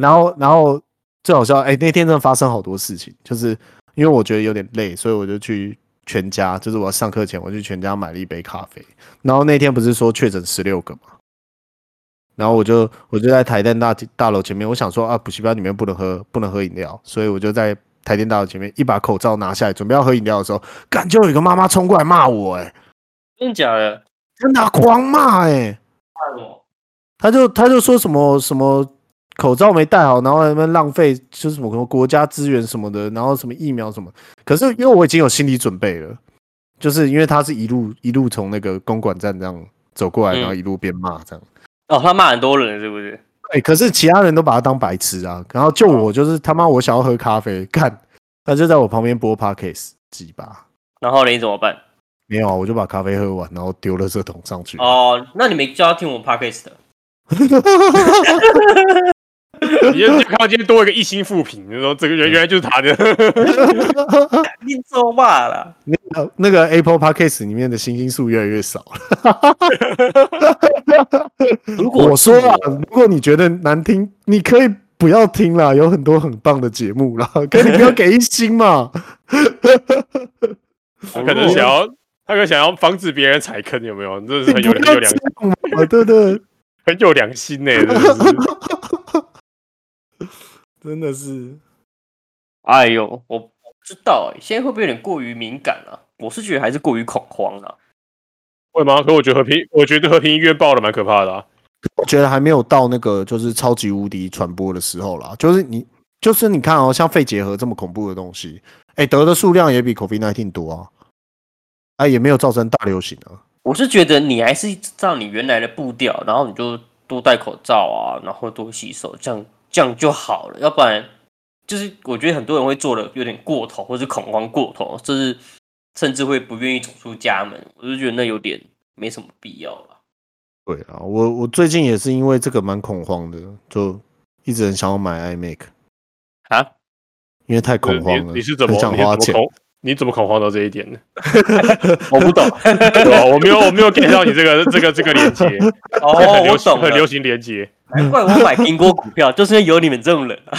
B: 然后，然后最好笑，哎、那天真的发生好多事情，就是因为我觉得有点累，所以我就去全家，就是我要上课前，我去全家买了一杯咖啡。然后那天不是说确诊十六个嘛，然后我就我就在台电大大楼前面，我想说啊，补习班里面不能喝不能喝饮料，所以我就在台电大楼前面一把口罩拿下来，准备要喝饮料的时候，感就有一个妈妈冲过来骂我、哎，
A: 真的假的？
B: 真的啊、狂骂、哎，他就他就说什么什么口罩没戴好，然后在那边浪费就是什么什么国家资源什么的，然后什么疫苗什么。可是因为我已经有心理准备了，就是因为他是一路一路从那个公馆站这样走过来，
A: 嗯
B: 然后一路边骂这样。
A: 哦，他骂很多人是不是？
B: 哎、可是其他人都把他当白痴啊，然后就
A: 哦
B: 我就是他妈我想要喝咖啡， 干他就在我旁边播 podcast 鸡巴。
A: 然后你怎么办？
B: 没有啊，我就把咖啡喝完，然后丢了这桶上去。
A: 哦，那你没叫他听我们 podcast 的
C: 你就看到今天多一个一星复评，你说这个人原来就是他的，
A: 你作罢了。
B: 那个那个 Apple Podcast 里面的星星数越来越少了。
A: 如果
B: 我说啊，如果你觉得难听，你可以不要听啦，有很多很棒的节目啦， 可你不要给一星 嘛。
C: 他可能想要，他可能想要防止别人踩坑，有没有？这是
B: 你
C: 很
B: 不
C: 有
B: 要
C: 很
B: 这
C: 有良
B: 样嘛， 对不对？
C: 很有良心呢、 真的是。
B: 真的是，
A: 哎呦，我我不知道哎、现在会不会有点过于敏感了、我是觉得还是过于恐慌啊了、
C: 会吗？可我觉得和平，我觉得和平医院爆的蛮可怕的、啊。
B: 我觉得还没有到那个就是超级无敌传播的时候啦。就是你，就是你看哦，像肺结核这么恐怖的东西，哎，得的数量也比 COVID 1 9多啊，啊，也没有造成大流行啊。
A: 我是觉得你还是照你原来的步调，然后你就多戴口罩啊，然后多洗手，这样这样就好了。要不然，就是我觉得很多人会做的有点过头，或是恐慌过头，就是甚至会不愿意走出家门。我就觉得那有点没什么必要了。
B: 对啊，我我最近也是因为这个蛮恐慌的，就一直很想要买 iMac，
A: 啊，
B: 因为太恐
C: 你
B: 慌了。
C: 你是怎么
B: 很想
C: 你是怎
B: 花
C: 么
B: 钱？
C: 恐？你怎么恐慌到这一点呢？
A: 我不懂。
C: 哦，我没有，我没有 get 到你这个这个这个连接，
A: 哦
C: 这很，
A: 我
C: 流行
A: 懂
C: 很流
A: 了，
C: 行连接。
A: 难怪我买苹果股票，就是因为有你们这种人啊。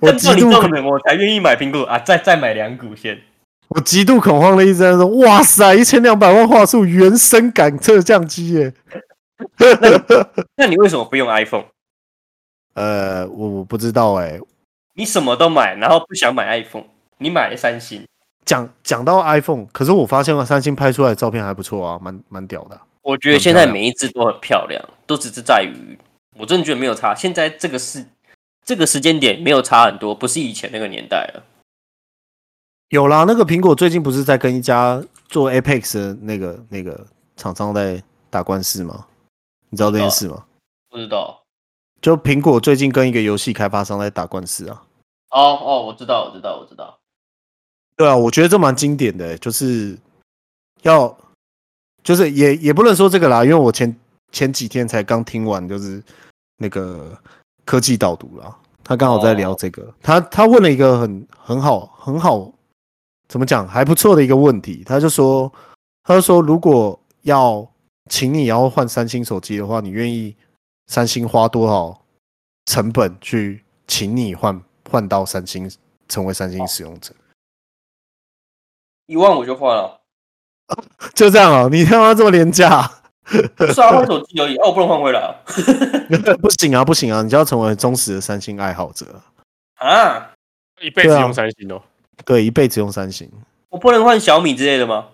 B: 我
A: 正
B: 极
A: 是你
B: 度
A: 这
B: 恐
A: 种人，我才愿意买苹果啊！再再买两股先。
B: 我极度恐慌的一直在说，哇塞，一千两百万画素原生感测相机耶！
A: 那你为什么不用 iPhone？
B: 呃，我我不知道哎、
A: 你什么都买，然后不想买 iPhone，你买了三星。
B: 讲讲到 iPhone，可是我发现三星拍出来的照片还不错啊，蛮蛮屌的啊、
A: 我觉得现在每一只都很漂亮，都只是在于，我真的觉得没有差。现在这个是这个时间点没有差很多，不是以前那个年代了。
B: 有啦，那个苹果最近不是在跟一家做 Apex 的那个那个厂商在打官司吗？你知道这
C: 啊
B: 件事吗？
A: 不知道？
B: 就苹果最近跟一个游戏开发商在打官司啊。
A: 哦哦，我知道，我知道，我知道。
B: 对啊，我觉得这蛮经典的、欸就是要，就是也也不能说这个啦，因为我前前几天才刚听完，就是那个科技导读啦，他刚好在聊这个，他他问了一个很很好很好，怎么讲还不错的一个问题，他就说他就说如果要请你要换三星手机的话，你愿意三星花多少成本去请你换换到三星成为三星使用者？
A: 一万我就换了，
B: 就这样哦、你他妈这么廉价，
A: 是啊，换手机而已。哦，我不能换回来啊！
B: 不行啊，不行啊！你就要成为忠实的三星爱好者，
A: 啊，
C: 一辈子
B: 对啊
C: 用三星哦，
B: 对，一辈子用三星，
A: 我不能换小米之类的吗？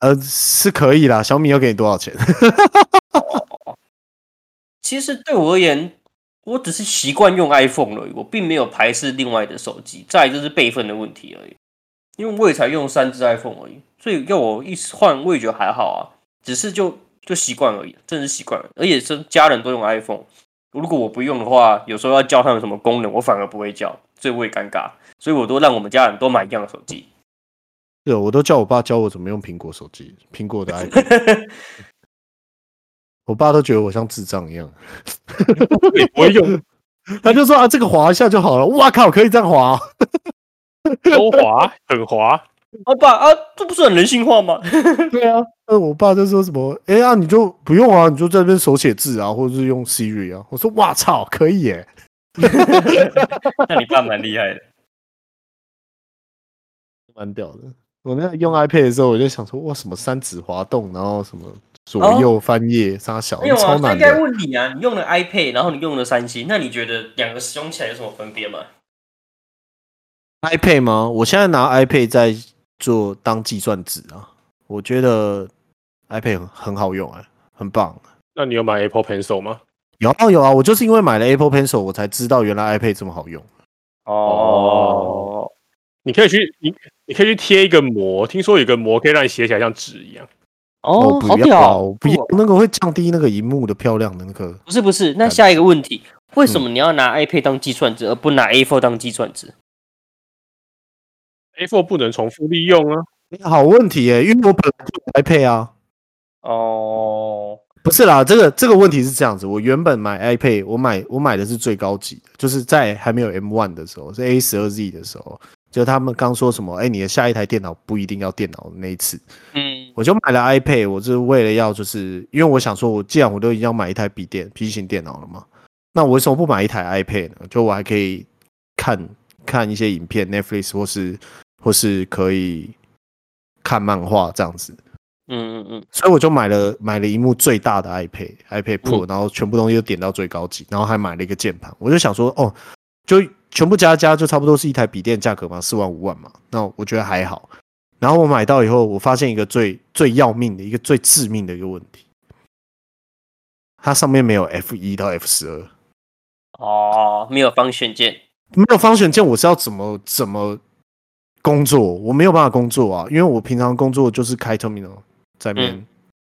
B: 呃，是可以啦。小米要给你多少钱？
A: 其实对我而言，我只是习惯用 iPhone 而已，我并没有排斥另外的手机。再来就是备份的问题而已，因为我也才用三只 iPhone 而已，所以要我一时换，我也觉得还好啊，只是就就习惯而已，真的是习惯了。而且是家人都用 iPhone，如果我不用的话，有时候要教他们什么功能，我反而不会教，所以我也尴尬，所以我都让我们家人都买一样的手机。
B: 对，哦我都叫我爸教我怎么用苹果手机，苹果的 iPhone。我爸都觉得我像智障一样，啊
C: 你不会用
B: 他就说啊，这个滑一下就好了。哇靠，可以这样滑哦、
C: 都滑，很滑。
A: 哦爸啊，这不是很人性化吗？
B: 对啊， 那我爸就说什么，哎、呀、你就不用啊，你就在那边手写字啊，或者是用 Siri 啊。我说哇操，可以耶、
A: 那你爸蛮厉害的。
B: 蛮屌的。我那用 iPad 的时候，我就想说，哇，什么三指滑动，然后什么左右翻页，啥、小，
A: 哦没有啊，
B: 哦超
A: 他
B: 难
A: 应该
B: 的。
A: 问你啊，你用了 iPad，然后你用了三星，那你觉得两个使用起来有什么分别吗？
B: iPad 吗？我现在拿 iPad 在做当计算纸啊，我觉得 iPad 很很好用哎、很棒。
C: 那你有买 Apple Pencil 吗？
B: 有啊有啊，我就是因为买了 Apple Pencil，我才知道原来 iPad 这么好用。
C: 哦，你可以去你你可以去贴一个膜，听说有个膜可以让你写起来像纸一样。
B: 我
A: 哦，好
B: 不要
A: 屌
B: 啊，
A: 哦
B: 我！不要那个会降低那个荧幕的漂亮的那个。
A: 不是不是，那下一个问题，为什么你要拿 iPad 当计算纸，而不拿 A4 当计算纸？
C: A4 不能重复利用啊，
B: 哎好问题耶、因为我本来就有 iPad 啊。
A: 哦，
B: 不是啦，这个这个问题是这样子，我原本买 iPad，我买我买的是最高级的，就是在还没有 M one 的时候，是 A 十二 Z 的时候，就他们刚说什么，哎、你的下一台电脑不一定要电脑的那一次，
A: 嗯，
B: 我就买了 iPad，我是为了要就是因为我想说，我既然我都已经要买一台笔电笔型电脑了嘛，那我为什么不买一台 iPad 呢？就我还可以看看一些影片，Netflix 或是或是可以看漫画这样子。
A: 嗯嗯嗯，
B: 所以我就买了买了一幕最大的 iPad iPad Pro，、然后全部东西都点到最高级，然后还买了一个键盘。我就想说，哦，就全部加加就差不多是一台笔电价格嘛，四万五万嘛，那我觉得还好。然后我买到以后，我发现一个最最要命的一个最致命的一个问题，它上面没有 F 一到 F 十二，
A: 哦，没有方选键，
B: 没有方选键，我是要怎么怎么工作？我没有办法工作啊，因为我平常工作就是开 terminal 在面。
A: 嗯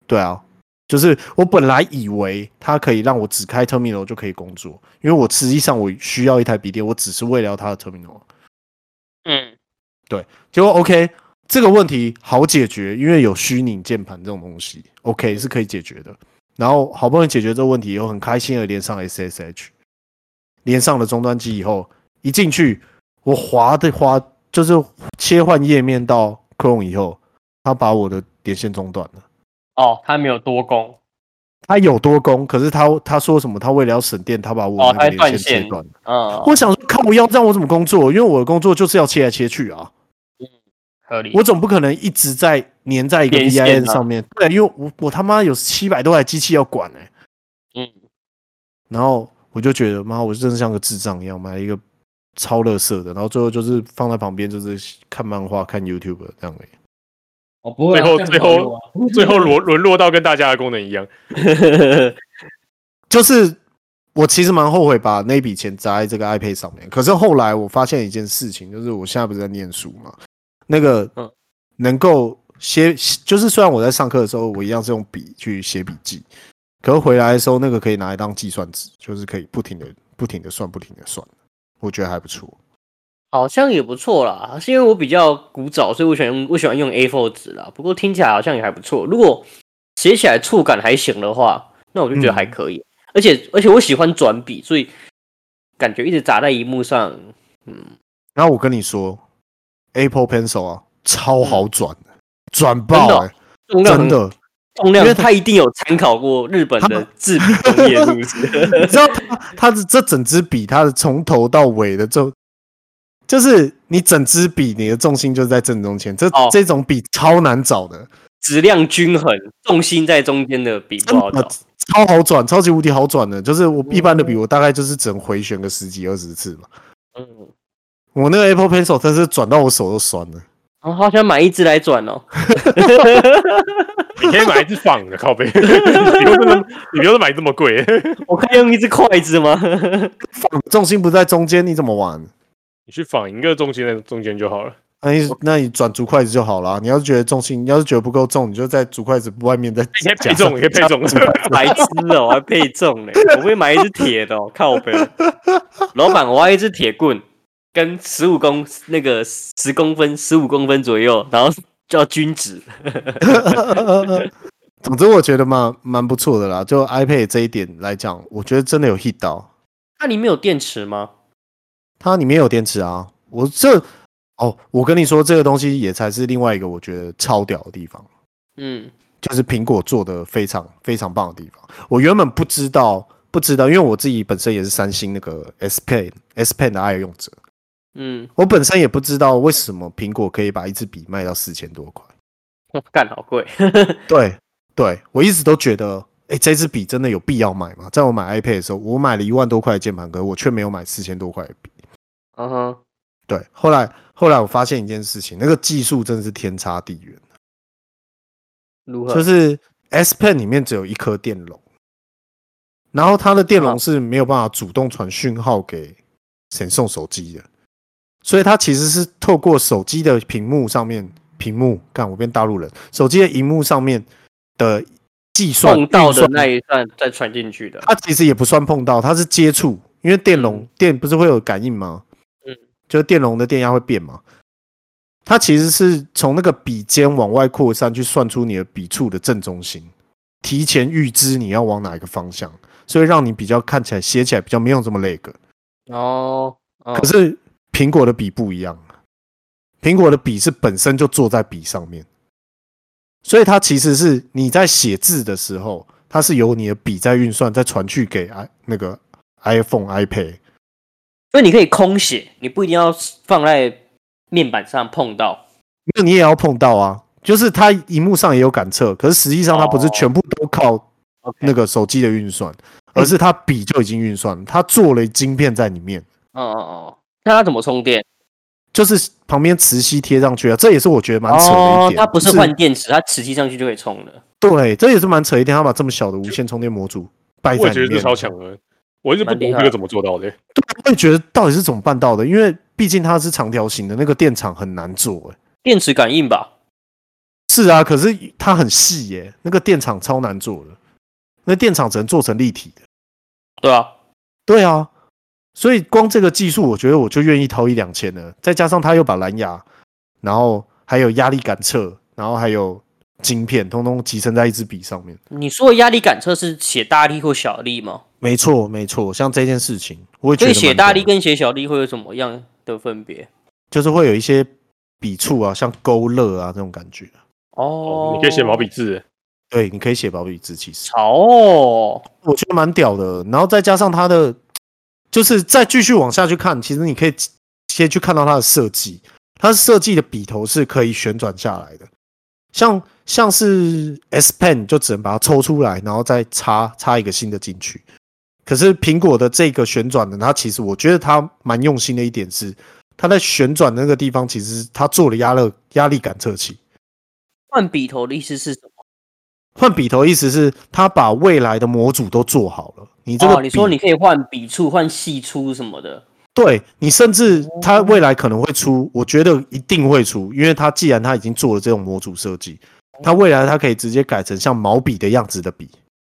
B: 对啊，就是我本来以为它可以让我只开 terminal 就可以工作，因为我实际上我需要一台笔电，我只是为了要它的 terminal。
A: 嗯，
B: 结果 OK，这个问题好解决，因为有虚拟键盘这种东西，OK 是可以解决的。然后好不容易解决这个问题以后，很开心的连上 SSH，连上了终端机以后，一进去我滑的滑就是切换页面到 Chrome 以后，它把我的连线中断了。
A: 哦，他没有多攻，
B: 它有多功，可是它它说什么？它为了要省电，它把我
A: 哦
B: 那
A: 它
B: 个
A: 会断
B: 连线切
A: 线
B: 断了。
A: 嗯，
B: 我想说，看我要让我怎么工作？因为我的工作就是要切来切去啊，
A: 合理。
B: 我总不可能一直在粘在一个
A: 连线
B: VIN
A: 啊
B: 上面。对，因为我我他妈有七百多台机器要管哎、
A: 嗯，
B: 然后我就觉得妈，我真的像个智障一样，买了一个超垃圾的，然后最后就是放在旁边，就是看漫画、看 YouTube 这样而已。
E: 哦，不会啊，这
C: 最后
E: 样
C: 最
E: 好
C: 后
E: 用啊
C: 最后沦沦落到跟大家的功能一样。
B: 就是我其实蛮后悔把那笔钱砸在这个 iPad 上面，可是后来我发现一件事情，就是我现在不是在念书嘛，那个
A: 嗯
B: 能够写，就是虽然我在上课的时候我一样是用笔去写笔记，可是回来的时候那个可以拿来当计算纸，就是可以不停的不停的算，不停的算，我觉得还不错。
A: 好像也不错啦，是因为我比较古早，所以我喜欢用我喜欢用 A4 纸啦。不过听起来好像也还不错，如果写起来触感还行的话，那我就觉得还
B: 嗯
A: 可以。而且而且我喜欢转笔，所以感觉一直砸在荧幕上，嗯，
B: 然后我跟你说，Apple Pencil 啊，超好转的，转
A: 嗯真的
B: 爆、
A: 哦
B: 欸，
A: 重量
B: 真
A: 很
B: 的。
A: 重量，
B: 因为它
A: 它一定有参考过日本的制笔工业，是不是？
B: 你知道它它的这整支笔，它的从头到尾的重，就是你整支笔，你的重心就是在正中间。这、
A: 哦
B: 这种笔超难找的，
A: 质量均衡，重心在中间的笔不
B: 真
A: 好
B: 的
A: 找。
B: 超好转，超级无敌好转的。就是我一般的笔，我大概就是只能回旋个十几二十次嘛。
A: 嗯，
B: 我那个 Apple Pencil 真是转到我手都酸了。
A: 我好想买一支来转哦。
C: 你可以买一只仿的靠背，你不用那么你不用买这么贵。
A: 我可以用一支筷子吗？
B: 放重心不在中间，你怎么玩？
C: 你去仿一个中间的中间就好了。
B: 那你那你转竹筷子就好啦。你要是觉得重心，你要是觉得不够重，你就在竹筷子外面再
C: 你可以
B: 夹
C: 配重，你可以配重。
A: 白痴哦、我还配重呢，我会买一只铁的、 哦，靠背。老板，我要一只铁棍，跟十五公那个十公分、十五公分左右，然后叫均值。
B: 总之，我觉得蛮蛮不错的啦。就 iPad 这一点来讲，我觉得真的有 hit 到。
A: 那里面有电池吗？
B: 它里面有电池啊，我这哦，我跟你说，这个东西也才是另外一个我觉得超屌的地方，
A: 嗯，
B: 就是苹果做的非常非常棒的地方。我原本不知道，不知道，因为我自己本身也是三星那个 S Pen S Pen 的爱用者，
A: 嗯，
B: 我本身也不知道为什么苹果可以把一支笔卖到四千多块。
A: 哇，嗯 干好贵。
B: 对对，我一直都觉得，哎、这支笔真的有必要买吗？在我买 iPad 的时候，我买了一万多块的键盘，可是我却没有买四千多块的笔。
A: 嗯哼，
B: 对，后来后来我发现一件事情，那个技术真的是天差地远，
A: 如何？
B: 就是 S Pen 里面只有一颗电容，然后它的电容
A: 啊
B: 是没有办法主动传讯号给神送手机的，所以它其实是透过手机的屏幕上面，屏幕，看我变大陆人，手机的荧幕上面的计算
A: 碰到
B: 运
A: 的
B: 算
A: 那一段再传进去的。
B: 它其实也不算碰到，它是接触，因为电容、
A: 嗯
B: 电不是会有感应吗？
A: 嗯，
B: 就是电容的电压会变嘛。它其实是从那个笔尖往外扩散，去算出你的笔触的正中心，提前预知你要往哪一个方向，所以让你比较看起来写起来比较没有这么那个。
A: 哦，哦
B: 可是苹果的笔不一样，啊苹果的笔是本身就坐在笔上面，所以它其实是你在写字的时候，它是由你的笔在运算，再传去给 i 那个 iPhone、iPad。
A: 所以你可以空写，你不一定要放在面板上碰到。
B: 那你也要碰到啊，就是它荧幕上也有感测，可是实际上它不是
A: 哦
B: 全部都靠
A: OK，
B: 那个手机的运算，而是它笔就已经运算了，它做了晶片在里面。
A: 嗯嗯嗯，那它怎么充电？
B: 就是旁边磁吸贴上去啊，这也是我觉得蛮扯的一
A: 哦，
B: 点。
A: 它不
B: 就是
A: 换电池，它磁吸上去就可以充的。
B: 对，这也是蛮扯一点，他把这么小的无线充电模组摆
C: 我
B: 在
C: 也觉得
B: 里
C: 这
B: 面，
C: 超强的，我一直不
A: 蛮厉
C: 懂
A: 害
C: 这个怎么做到的。
B: 我也觉得到底是怎么办到的？因为毕竟它是长条形的，那个电场很难做、欸。
A: 电池感应吧？
B: 是啊，可是它很细耶、那个电场超难做的，那电场只能做成立体的。
A: 对啊，
B: 对啊，所以光这个技术，我觉得我就愿意掏一两千了。再加上它又把蓝牙，然后还有压力感测，然后还有晶片，通通集成在一支笔上面。
A: 你说的压力感测是写大力或小力吗？
B: 没错，没错，像这件事情，我也觉
A: 所
B: 得
A: 以写
B: 蛮
A: 大
B: 屌
A: 力
B: 的
A: 跟写小力会有什么样的分别。
B: 就是会有一些笔触啊，像勾勒啊这种感觉。
A: 哦，
C: 你可以写毛笔字，
B: 对，你可以写毛笔字，其实
A: 潮哦，
B: 我觉得蛮屌的。然后再加上它的，就是再继续往下去看，其实你可以先去看到它的设计，它设计的笔头是可以旋转下来的，像像是 S Pen 就只能把它抽出来，然后再插插一个新的进去。可是苹果的这个旋转的，它其实我觉得它蛮用心的一点是，它在旋转那个地方，其实它做了压力压力感测器。
A: 换笔头的意思是什么？
B: 换笔头意思是他把未来的模组都做好了。你这个笔、
A: 哦，你说你可以换笔触、换细粗什么的。
B: 对你甚至他未来可能会出，我觉得一定会出，因为他既然他已经做了这种模组设计，他未来他可以直接改成像毛笔的样子的笔，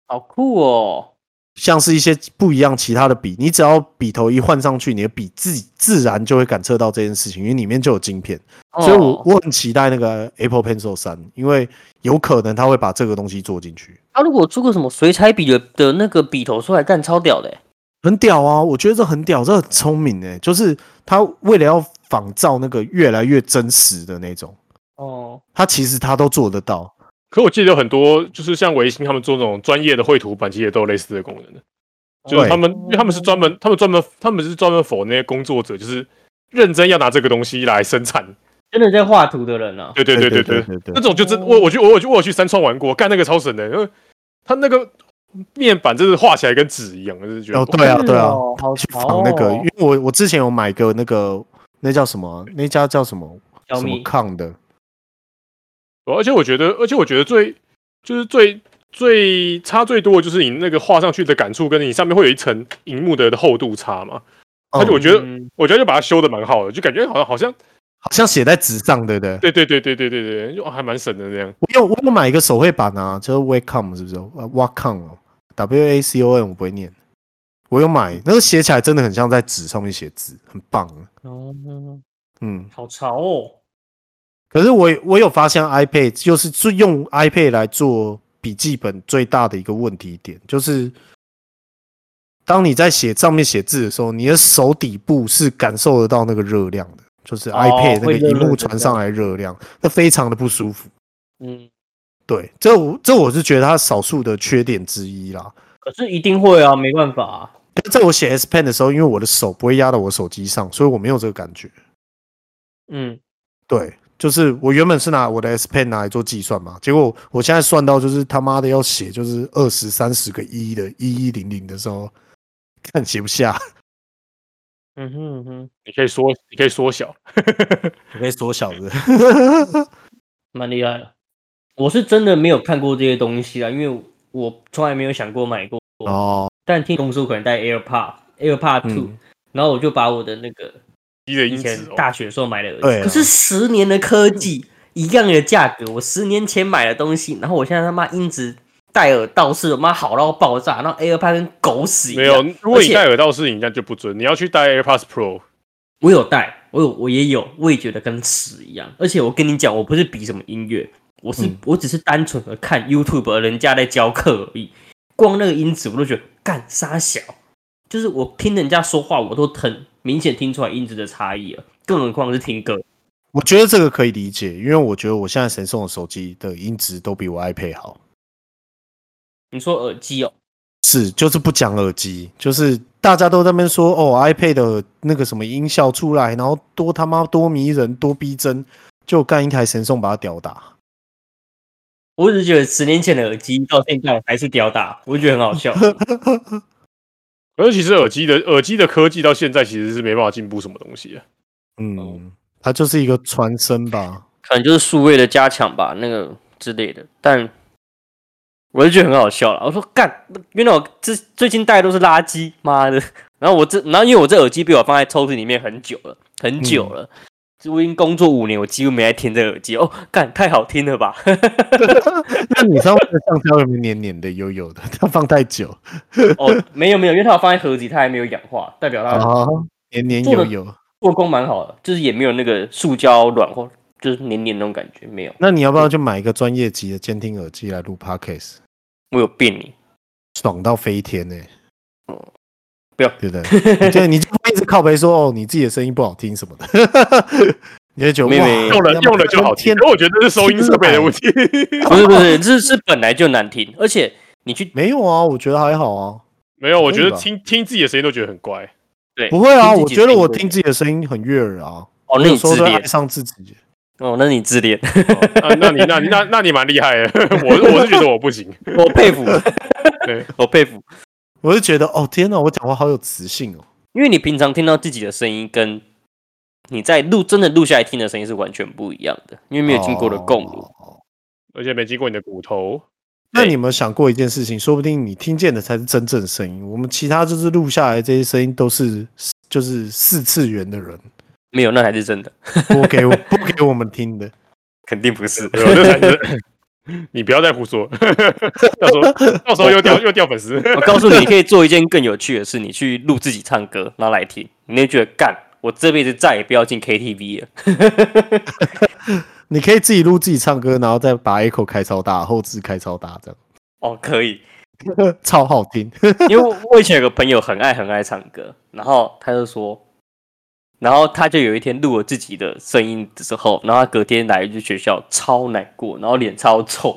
A: 好酷哦！
B: 像是一些不一样其他的笔，你只要笔头一换上去，你的笔自自然就会感测到这件事情，因为里面就有晶片。所以我
A: 哦
B: 我很期待那个 Apple Pencil 三，因为有可能他会把这个东西做进去。
A: 他如果做个什么水彩笔的的那个笔头出来，干超屌的欸。
B: 很屌啊！我觉得这很屌，这很聪明哎、就是他为了要仿照那个越来越真实的那种，
A: 哦，
B: 他其实他都做得到。
C: 可我记得有很多，就是像维星他们做那种专业的绘图板，其实也都有类似的功能的。就是
B: 对
C: 他们，因为他们是专门，他们专门，他们是专门否那些工作者，就是认真要拿这个东西来生产。
D: 真的在画图的人啊，
C: 对对对对
B: 对
C: 对，
B: 对对
C: 那种就真我我去我我去我有去三创玩过，干那个超神的，因为他那个面板真是画起来跟纸一样，我就是觉得
B: 哦对啊
A: 是
B: 对啊
A: 哦，好
B: 去仿那
D: 哦
B: 个，因为我我之前有买个那个那叫什么，啊那家叫什么
D: 小
B: 什么
D: 米
B: 抗的，
C: 对啊而且我觉得，而且我觉得最就是最最差最多的就是你那个画上去的感触，跟你上面会有一层荧幕的的厚度差嘛。而且我
B: 哦，
C: 觉得，
D: 嗯
C: 我觉得就把它修的蛮好的，就感觉好像好像，
B: 好像写在纸上，对不对？
C: 对对对对对对对，就还蛮省的这样。
B: 我有我有买一个手绘板啊，就是 Wacom 是不是？Wacom 哦，W A C O N 我不会念，我有买那个写起来真的很像在纸上面写字，很棒啊。
A: 哦，
B: 嗯，
A: 好潮哦！
B: 可是我我有发现 iPad 就是最用 iPad 来做笔记本最大的一个问题点，就是当你在写上面写字的时候，你的手底部是感受得到那个热量的，就是
A: 哦
B: iPad 那
A: 会
B: 个
A: 热
B: 荧
A: 热
B: 幕
A: 的
B: 传上来热量，那非常的不舒服。
A: 嗯，
B: 对，这我这我是觉得它少数的缺点之一啦。
D: 可是一定会啊，没办法啊、
B: 在我写 S Pen 的时候，因为我的手不会压到我手机上，所以我没有这个感觉。
D: 嗯，
B: 对，就是我原本是拿我的 S Pen 拿来做计算嘛，结果我现在算到就是他妈的要写就是二十三十个一的一一零零的时候，看写不下，
A: 嗯哼嗯哼，
C: 你可以缩，你可以缩小，
B: 我可以缩小的。
D: 蛮厉害的。我是真的没有看过这些东西啊，因为我从来没有想过买过。
B: 哦，
D: 但听公司可能带 AirPod、AirPod Two，、
B: 嗯
D: 然后我就把我的那个
C: 低的
D: 以
C: 音
D: 前
C: 质、哦。
D: 大学时候买的耳机，
B: 对啊
D: 可是十年的科技，一样的价格，我十年前买的东西，然后我现在他妈音质戴耳道是他妈好到爆炸，然后 AirPod 跟狗屎一
C: 没
D: 样。
C: 有，如果
D: 而
C: 你
D: 且
C: 戴耳道式，你那就不准。你要去戴 AirPods Pro，
D: 我有戴，我有我也有，我也觉得跟屎一样。而且我跟你讲，我不是比什么音乐，我是、
B: 嗯
D: 我只是单纯的看 YouTube 人家在教课而已。光那个音质我都觉得干啥小，就是我听人家说话，我都很明显听出来音质的差异了，更何况是听歌。
B: 我觉得这个可以理解，因为我觉得我现在神送的手机的音质都比我 iPad 好。
D: 你说耳机哦，
B: 是，就是不讲耳机，就是大家都在那边说哦，iPad 的那个什么音效出来，然后多他妈多迷人，多逼真，就干一台神送把它吊打。
D: 我只是觉得十年前的耳机到现在还是屌打，我就觉得很好笑。
C: 可是其实耳机的耳机的科技到现在其实是没办法进步什么东西的。啊
B: 嗯，它就是一个传声吧。
A: 可能就是数位的加强吧，那个之类的。但我就觉得很好笑了。我说干，原来我这最近戴的都是垃圾，妈的！ 然后我这，然后因为我这耳机被我放在抽屉里面很久了，很久了。我已经工作五年，我几乎没在听这个耳机哦，干太好听了吧！
B: 那你上面的橡胶有没有黏黏的、油油的？它放太久
A: 哦，没有没有，因为它有放在盒子里，它还没有氧化，代表
B: 啊
A: 它，
B: 黏黏油油。
A: 做工蛮好的，就是也没有那个塑胶软化，就是黏黏那种感觉，没有。
B: 那你要不要去买一个专业级的监听耳机 来录 podcast？
A: 我有病你，
B: 爽到飞天呢、
D: 不要
B: 欸对不对？你就你就不会一直靠背说哦，你自己的声音不好听什么的， 你会觉得
A: 没
B: 哇
A: 没
C: 用了用了就好听。
B: 天
C: 可我觉得这是收音设备的问题。
A: 不是不是，这是本来就难听，而且你去
B: 没有啊，我觉得还好啊，
C: 没有，我觉
B: 可以
C: 得
B: 吧
C: 听听自己的声音都觉得很怪。
A: 对
B: 不会啊，
A: 听
B: 我
A: 哎自己
B: 觉得
A: 的
B: 我
A: 音
B: 听自己的声音很悦耳啊，
A: 哦，那
B: 有
A: 你
B: 时候
A: 自
B: 都会爱
A: 恋
B: 上自己。
A: 哦，那你自恋，
C: 哦啊那你那你那那你蛮厉害的， 我我是觉得我不行。
A: 我佩服，
C: 对，
A: 我佩服，
B: 我就觉得哦，天哪，我讲话好有磁性哦。
A: 因为你平常听到自己的声音跟你在录真的录下来听的声音是完全不一样的，因为没有经过的共鸣。
B: 哦
C: 而且没经过你的骨头，
B: 那
A: 对
B: 你有没有想过一件事情？说不定你听见的才是真正的声音，我们其他就是录下来这些声音都是就是四次元的 人
A: 没有，那才是真的，
B: 播给我播给我们听的。
A: 肯定不是。
C: 对我这才是。 你不要再胡说， 到时候到时候又掉又掉粉丝。
A: 我告诉你，你可以做一件更有趣的事，你去录自己唱歌，然后来听，你会觉得干，我这辈子再也不要进 KTV 了。
B: 你可以自己录自己唱歌，然后再把 echo 开超大，后置开超大，这
A: 哦，可以，
B: 样超好听。
A: 因为我我以前有个朋友很爱很爱唱歌，然后他就说，然后他就有一天录了自己的声音的时候，然后他隔天来去学校超难过，然后脸超臭。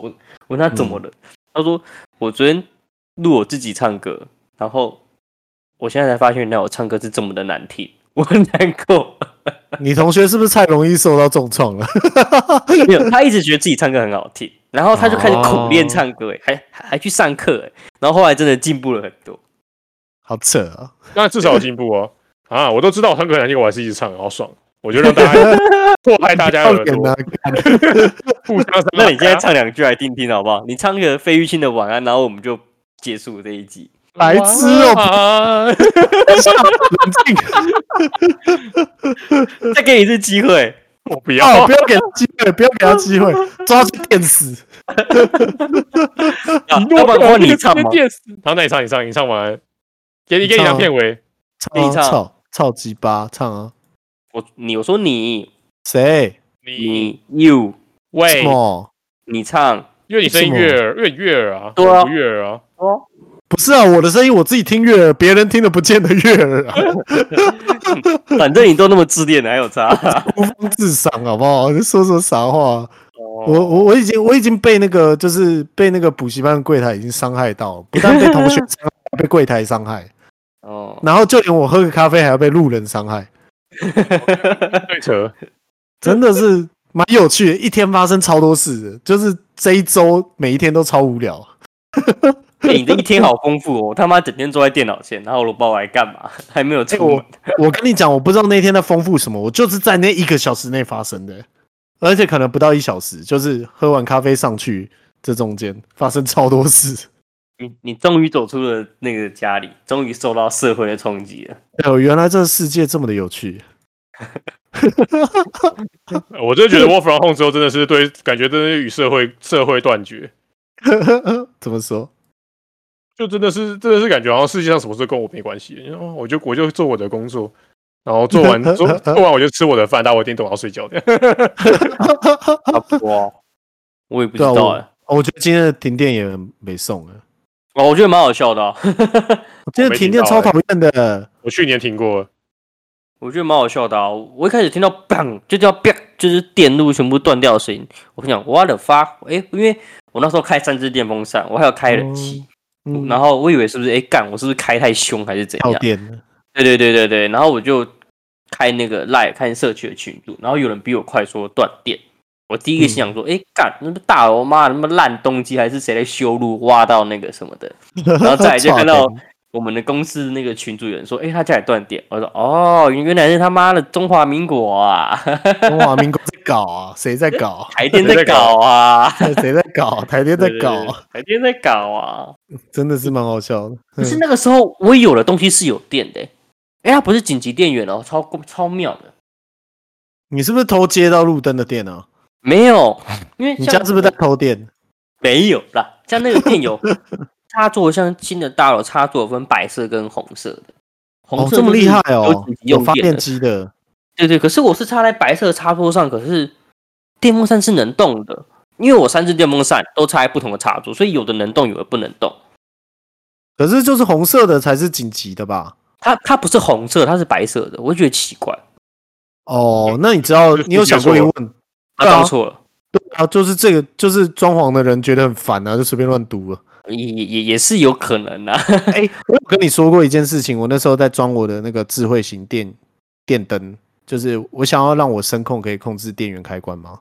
A: 我问他怎么了，他说我昨天录我自己唱歌，然后我现在才发现，原来我唱歌是这么的难听，我很难过。
B: 你同学是不是太容易受到重创了？
A: 没有，他一直觉得自己唱歌很好听，然后他就开始苦练
B: 哦
A: 唱歌，哎还还还去上课，哎然后后来真的进步了很多。
B: 好扯啊！
C: 那至少有进步哦。啊，我都知道我唱歌难听，我还是一直唱，好爽。我就让大家祸害大家的耳
B: 点
C: 朵
B: 啊，，
C: 互相伤害
A: 那你现在唱两句来听听好不好？你唱个费玉清的《晚安》，然后我们就结束这一 集。
B: 白痴哦！
C: 啊
B: 冷 静
A: 再给你一次机会，
C: 我不要，
B: 啊！不要给他机会，不要给他机会，抓去电死。
A: 要啊 要不然换你唱吗？
C: 好，那你唱，你唱，你唱完，给你给
B: 你
C: 你
B: 唱
C: 当
B: 啊
C: 片尾。
B: 唱啊
A: 你唱
B: 操操鸡巴唱啊！
A: 我你我说你
B: 谁？
C: 你
A: 你 you
B: 什
A: 哎
C: 喂，
B: 么？
A: 你唱
C: 因为你声
B: 什
C: 音
B: 么
C: 悦耳，因为你悦耳啊，
A: 对啊
C: 我不悦耳啊。
A: 哦，
B: 不是啊，我的声音我自己听悦耳，别人听得不见得悦耳啊，
A: 反正你都那么自恋了，还有差？
B: 无风自赏好不好？你说说啥话？我我我已经我已经被那个就是被那个补习班柜台已经伤害到了，不但被同学伤害，还被柜台伤害，
A: 哦，
B: 然后就连我喝个咖啡还要被路人伤害，
C: 对扯，
B: 真的是蛮有趣的。一天发生超多事的，就是这一周每一天都超无聊。
A: 哎你的一天好丰富哦，我他妈整天坐在电脑前，然后我不知道我来干嘛， 还没有
B: 哎、
A: 出
B: 我
A: 门。
B: 我跟你讲，我不知道那天在丰富什么，我就是在那一个小时内发生的，欸而且可能不到一小时，就是喝完咖啡上去，这中间发生超多事。
A: 你你终于走出了那个家里，终于受到社会的冲击了。
B: 哎呦，原来这个世界这么的有趣。
C: 我真的觉得 Work from Home 之后真的是对，感觉真的是与社会社会断绝，
B: 怎么说？
C: 就真的是真的是感觉好像世界上什么事跟我没关系，然后我就我就做我的工作。然后做完做做完我就吃我的饭，打我电动，然后睡觉。
A: 差不多， 我也不知
B: 对啊
A: 道哎、
B: 我觉得今天的停电也很没送啊，
A: 哦，我觉得蛮好笑的、啊，
B: 我今天停电
A: 欸
B: 超讨厌的。
C: 我去年听过，
A: 我觉得蛮好笑的啊！我一开始听到 bang 就叫 bang，就是电路全部断掉的声音，我想 what the fuck？哎、因为我那时候开三只电风扇，我还有开冷气，
B: 嗯，
A: 然后我以为是不是哎干、我是不是开太凶还是怎
B: 跳
A: 样？
B: 电了，
A: 对对对对对，然后我就开那个赖看社区的群组，然后有人比我快说断电，我第一
B: 嗯
A: 个心想说，哎、干那么大楼妈的那么烂东西还是谁来修路挖到那个什 么的，
B: 然
A: 后再来就看到我们的公司那个群主有人说，哎、他家里断电，我说哦，原来是他妈的中华民国啊，？
B: 中华民国在搞啊， 谁在搞
A: 台电
C: 谁
A: 在
C: 在搞
A: 搞啊，
B: 谁在搞？台电在搞啊，
A: 对，对对台电在搞啊。
B: 真的是蛮好笑的。
A: 可是那个时候我有的东西是有电的、欸，哎、它不是紧急电源哦，超超妙的。
B: 你是不是偷接到路灯的电啊？
A: 没有，因为
B: 你
A: 像
B: 家是不是在偷电？
A: 没有啦？像那个 电有插座，像新的大楼插座分白色跟红色的，红
B: 哦，
A: 色
B: 这么
A: 就是
B: 厉害
A: 有
B: 哦
A: 紧急，
B: 有
A: 用
B: 发
A: 电
B: 电
A: 的
B: 机的，
A: 对对，可是我是插在白色的插座上，可是电风扇是能动的，因为我三只电风扇都插在不同的插座，所以有的能动，有的不能动。
B: 可是就是红色的才是紧急的吧？
A: 它它不是红色，它是白色的，我就觉得奇怪，
B: 哦，那你知道
C: 就是
B: 你有想过一个问
A: 啊，
B: 对啊
A: 搞错了，
B: 对啊，就是这个就是装潢的人觉得很烦啊，就随便乱读了。
A: 也也也也是有可能啊。
B: 哎、我有跟你说过一件事情，我那时候在装我的那个智慧型电电灯，就是我想要让我声控可以控制电源开关嘛，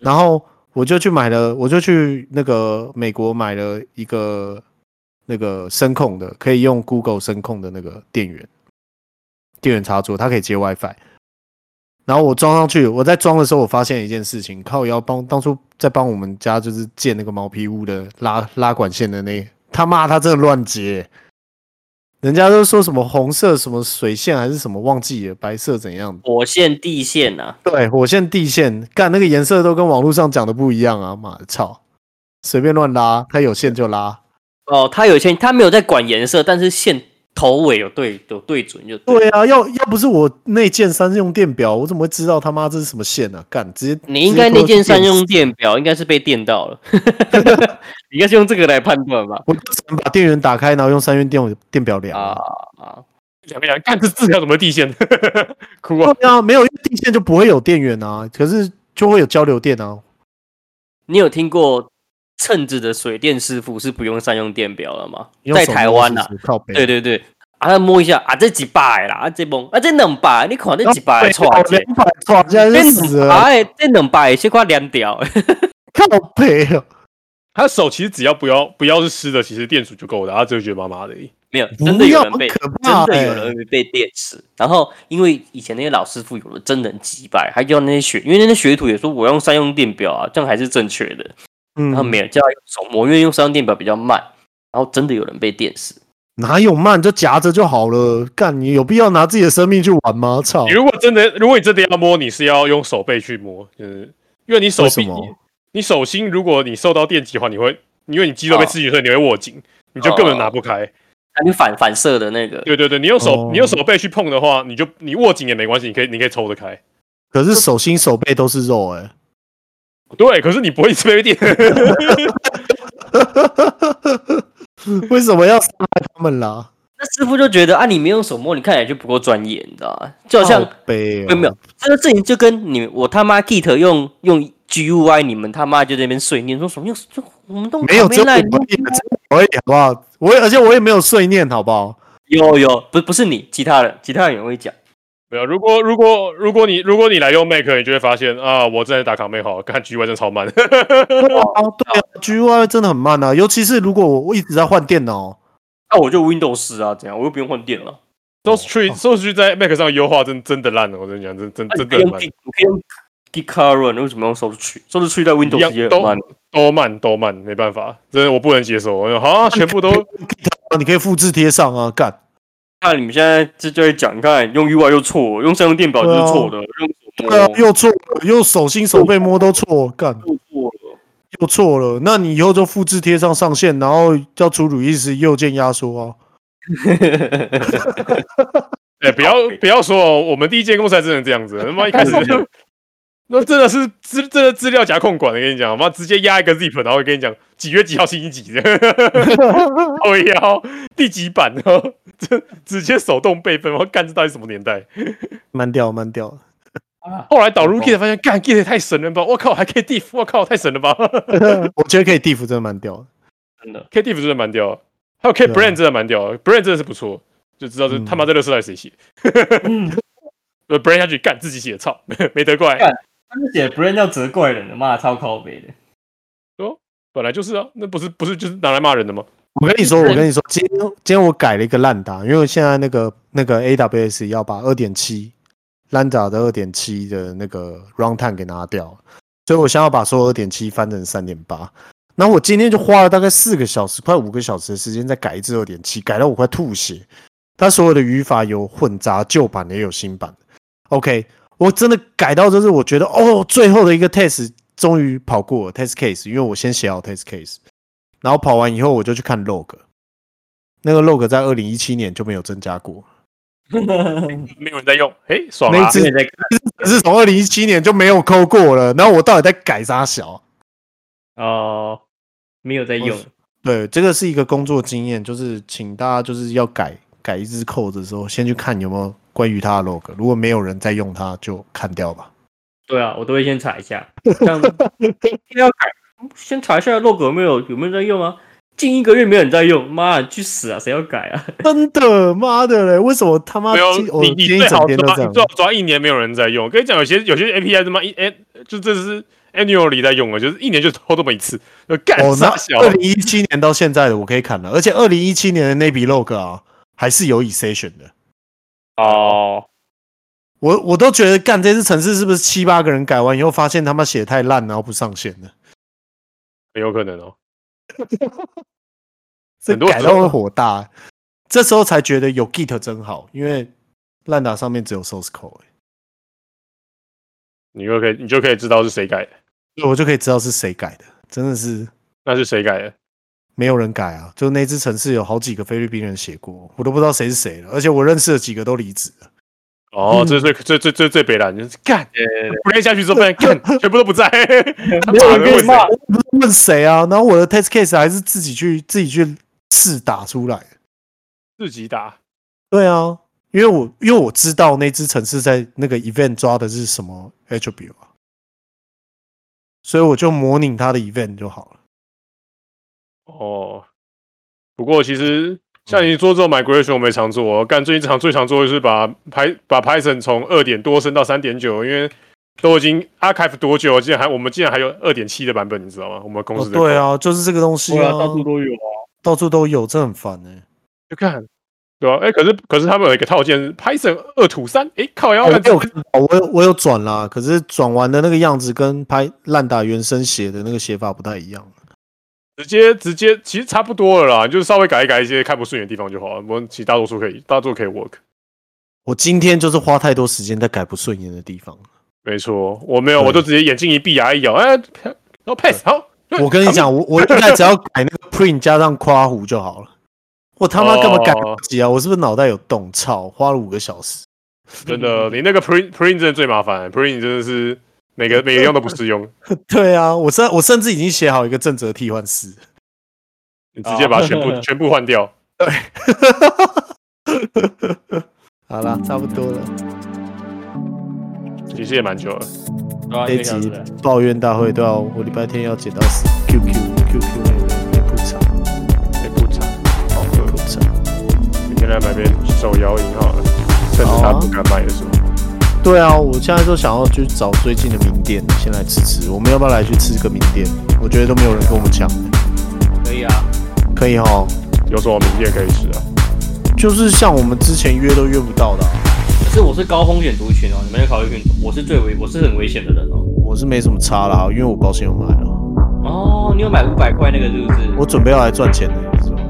B: 然后我就去买了，我就去那个美国买了一个那个声控的，可以用 Google 声控的那个电源电源插座，它可以接 WiFi。然后我装上去，我在装的时候，我发现一件事情，靠腰帮当初在帮我们家就是建那个毛坯屋的拉拉管线的那他妈他真的乱接，人家都说什么红色什么水线还是什么忘记了，白色怎样？
A: 火线、地线呐、啊，
B: 对，火线、地线，干那个颜色都跟网络上讲的不一样啊！妈的，操，随便乱拉，它有线就拉。
A: 哦，它有线，它没有在管颜色，但是线头尾有对有对准就对。
B: 对啊，要要不是我内建三用电表，我怎么会知道他妈这是什么线呢、啊？干，直接
A: 你应该那件三，
B: 直
A: 用
B: 接
A: 电表应该是被电到 了，你应该是用这个来判断吧？
B: 我就只能把电源打开，然后用三用电电表量
A: 啊
B: 啊。
A: 啊，
C: 两个讲，看这字条怎么地线， 哭啊！
B: 对啊，没有因为地线就不会有电源啊，可是就会有交流电啊。
A: 你有听过称子的水电师傅是不用三用电表了吗？
B: 你用
A: 在
B: 手
A: 台
B: 摸
A: 湾
B: 试
A: 呐、啊，
B: 试靠北。
A: 对对对，啊，他摸一下啊，这几百啦，啊这崩啊这两百，你看这几百的错啊这
B: 两百错，现在
A: 这
B: 是死
A: 两
B: 了，啊
A: 百的这两百的小可凉掉的，
B: 靠北哦。
C: 他手其实只要不要不要是湿的，其实电阻就够了，他只会觉得麻麻的而已。
A: 没有，
B: 不
A: 真的有
B: 要
A: 人被，
B: 可怕
A: 真的有
B: 欸
A: 人被电死。然后因为以前那些老师傅有了真人击败，还叫那些学，因为那些学徒也说我用三用电表啊，这样还是正确的。
B: 嗯
A: 然后没有叫他用手磨，因为用三用电表比较慢。然后真的有人被电死，
B: 哪有慢，就夹着就好了。干，你有必要拿自己的生命去玩吗？操
C: 你！如果真的，如果你真的要摸，你是要用手背去摸，就是因为你手
B: 为什
C: 臂，
B: 么
C: 你你手心，如果你受到电击的话，你会因为你肌肉被
A: 哦
C: 刺激，所以你会握紧，你就根本拿不开。
A: 他就反反射的那个，
C: 对对对，你用手、
B: 哦
C: 你用手背去碰的话，你就你握紧也没关系，你可以你可以抽得开。
B: 可是手心手背都是肉、欸，哎，
C: 对，可是你不会一直被电。
B: 为什么要伤害他们啦？
A: 那师傅就觉得啊，你没用手摸，你看起来就不够专业，你知道吗？就好像
B: 靠哦北、
A: 没有没有，，这个事情就跟你我他妈 Git 用用 GUI，你们他妈就在那边碎念说什么用就我们都
B: 没有，
A: 没
B: 只有我
A: 来
B: 而已，只有我而已，好不好？我也而且我也没有碎念，好不 好？
A: 有有不不是你，其他人其他人也会讲，
C: 没有，如果如果如果你如果你来用 Mac，你就会发现啊，我正在打卡妹好，看 GY 真的超慢。
B: 对啊，对啊，GUI 真的很慢啊，尤其是如果我我一直在换电脑，
A: 那、我就 Windows 啊，怎样我又不用换电 了，
B: 哦
C: Source Tree Source Tree 在 Mac 上优化真真的烂了，我跟你讲，真真
B: 哎
A: 啊、你
C: 真
A: 可
C: 的很
A: 以用
C: 慢
A: Git，你可以用 Git Current，为什么用 Source Tree？Source
D: 嗯
A: Tree 在 Windows 也很慢，
C: 都慢都慢，没办法，真的我不能接受。我好、啊，全部都
B: 啊你可以复制贴上啊，干。
A: 看你们现在这就在讲，你看用 UI 又错，用三用电表就是错的，用手
B: 啊对啊，
A: 摸
B: 又错了，又手心手背摸都错，干
A: 又错了。
B: 又错了。那你以后就复制贴上上线，然后要出鲁易斯右键压缩啊。
C: 哎、不要不要说哦，我们第一间公司还真的这样子，他妈一开始那真的是资真的资料夹控管的，跟你讲，妈直接压一个 zip，然后跟你讲几月几号星期几的， 哦要第几版哦，这直接手动备份，我干这到底什么年代？
B: 慢掉，慢掉。
C: 后来导入 Git 发现，干 Git 也太神了吧！我靠，还可以 diff，我靠，太神了吧
B: 我觉得可以地服真的蛮屌的。
A: 真的，
C: ！K diff 真的蛮屌的，还有 K
B: 对啊
C: brand 真的蛮屌的，brand 真的是不错，就知道这
B: 嗯
C: 他妈这乐色到底谁写。呃，brand 下去干自己写，操， 没没得怪
A: 干，
D: 他们写 brand 要责怪人的，妈超靠 北的。
C: 本来就是啊，那不是不是就是拿来骂人的吗？
B: 我跟你说，我跟你说，今天今天我改了一个烂打，因为现在那个那个 AWS 要把二点七烂打的二点七的那个 runtime 给拿掉，所以我想要把所有二点七翻成三点八。那我今天就花了大概四个小时，快五个小时的时间在改一次二点七，改到我快吐血。它所有的语法有混杂，旧版的也有新版的。OK，我真的改到就是我觉得哦，最后的一个 test 终于跑过了 test case，因为我先写好 test case。然后跑完以后我就去看 log，那个 log 在二零一七年就没有增加过，
C: 没有人在用，哎，爽
B: 那
C: 啊
B: 一！只
D: 在看
B: 是从二零一七年就没有抠过了。然后我到底在改啥小？
D: 哦，没有在用
B: 对，这个是一个工作经验，就是请大家就是要改改一只扣子的时候，先去看有没有关于它的 log，如果没有人再用它，就砍掉吧。
D: 对啊，我都会先查一下，这样要改，先查一下 log 有没有有没有人在用啊？近一个月没有人在用，妈去死啊！谁要改啊？
B: 真的，妈的嘞！为什么他妈
C: 没有
B: 啊今我
C: 你，
B: 今
C: 你
B: 天
C: 最
B: 一
C: 好
B: 整
C: 抓，
B: 天都这样
C: 你最？好抓一年没有人在用。我跟你讲，有些有些 API 他妈一哎，就这是 annually 在用的，就是一年就偷这么一次，就干
B: 哦，那
C: 傻小。
B: 二零一七年到现在的我可以砍了，而且二零一七年的那笔 log 啊，还是有 exception 的。
D: 哦，
B: 我我都觉得干这次城市是不是七八个人改完以后，发现他妈写得太烂，然后不上线了，
C: 很有可 能哦。
B: 这
C: 很多
B: 改到会火大、这时候才觉得有 Git 真好，因为烂打上面只有 source code，、欸、
C: 你就可以，你就可以知道是谁改的，
B: 所以我就可以知道是谁改的，真的是
C: 那是谁改的。
B: 没有人改啊！就那支城市有好几个菲律宾人写过，我都不知道谁是谁了，而且我认识的几个都离职了。
C: 哦
D: 嗯，
C: 这是最最最最最北蓝，就是干
D: 对对对，
C: 不练下去之后，发现 干全部都不 在，
D: 没有人
C: 人
D: 跟你骂
B: 我不知道问谁啊？然后我的 test case 还是自己去自己去试打出来的。
C: 自己打。
B: 对啊，因为我因为我知道那支城市在那个 event 抓的是什么 attribute 啊，所以我就模拟它的 event 就好了。
C: 哦，不过其实
B: 嗯
C: 像你做这种 migration，我们也常做、哦。干最近常最常做的是把 Py 把 Python 从二点多升到三点九，因为都已经 archive 多久了，竟然还我们竟然还有二点七的版本，你知道吗？我们公
B: 哦，
C: 司的、
B: 对，啊，就是这个东西
D: 对啊，
B: 啊，
D: 到处都有啊。
B: 到处都有，这很烦欸呢、
C: 就看对啊，哎，可是可是他们有一个套件是 Python 二土三，哎，靠腰，
B: 我
C: 干
B: 哦有看到，我有我有转啦，可是转完的那个样子跟拍烂打原声写的那个写法不太一样。
C: 直接直接其实差不多了啦，就是稍微改一改一些看不顺眼的地方就好了。我们其实大多数可以，大多数可以 work。
B: 我今天就是花太多时间在改不顺眼的地方。
C: 没错，哦我没有，
B: 对
C: 我就直接眼睛一闭，牙一咬，哎，然后 pass 好。
B: 我跟你讲，我我应该只要改那个 print 加上夸弧就好了。我他妈干嘛改不及啊？我是不是脑袋有洞？操，花了五个小时。
C: 真的，你那个 print print 真的最麻烦，print 真的是每个每个用都不适用，
B: 对啊，我甚我甚至已经写好一个正则替换式。
C: 你直接把它全部全部换掉。
B: 好啦，差不多了，
C: 其实也蛮久了，
D: 对啊，
B: 这
D: 一
B: 一
D: 个小时
B: 集
D: 了
B: 抱怨大会都要我礼拜天要剪到 QQ QQ 内容内部查
C: 也不哦长。好喝
B: 内，部查。
C: 明天来买杯手摇饮好了，趁着他不敢买的时候。
B: 对啊，我现在就想要去找最近的名店，先来吃吃。我们要不要来去吃个名店？我觉得都没有人跟我们抢，
D: 可以啊，
B: 可以哈。
C: 有什么名店可以吃啊？
B: 就是像我们之前约都约不到的啊、
D: 可是我是高风险族群哦，你们要考虑运动，我是最危，我是很危险的人哦。
B: 我是没什么差啦，因为我保险有买了，
D: 哦，你有买五百块那个是不是？
B: 我准备要来赚钱的，你知道吗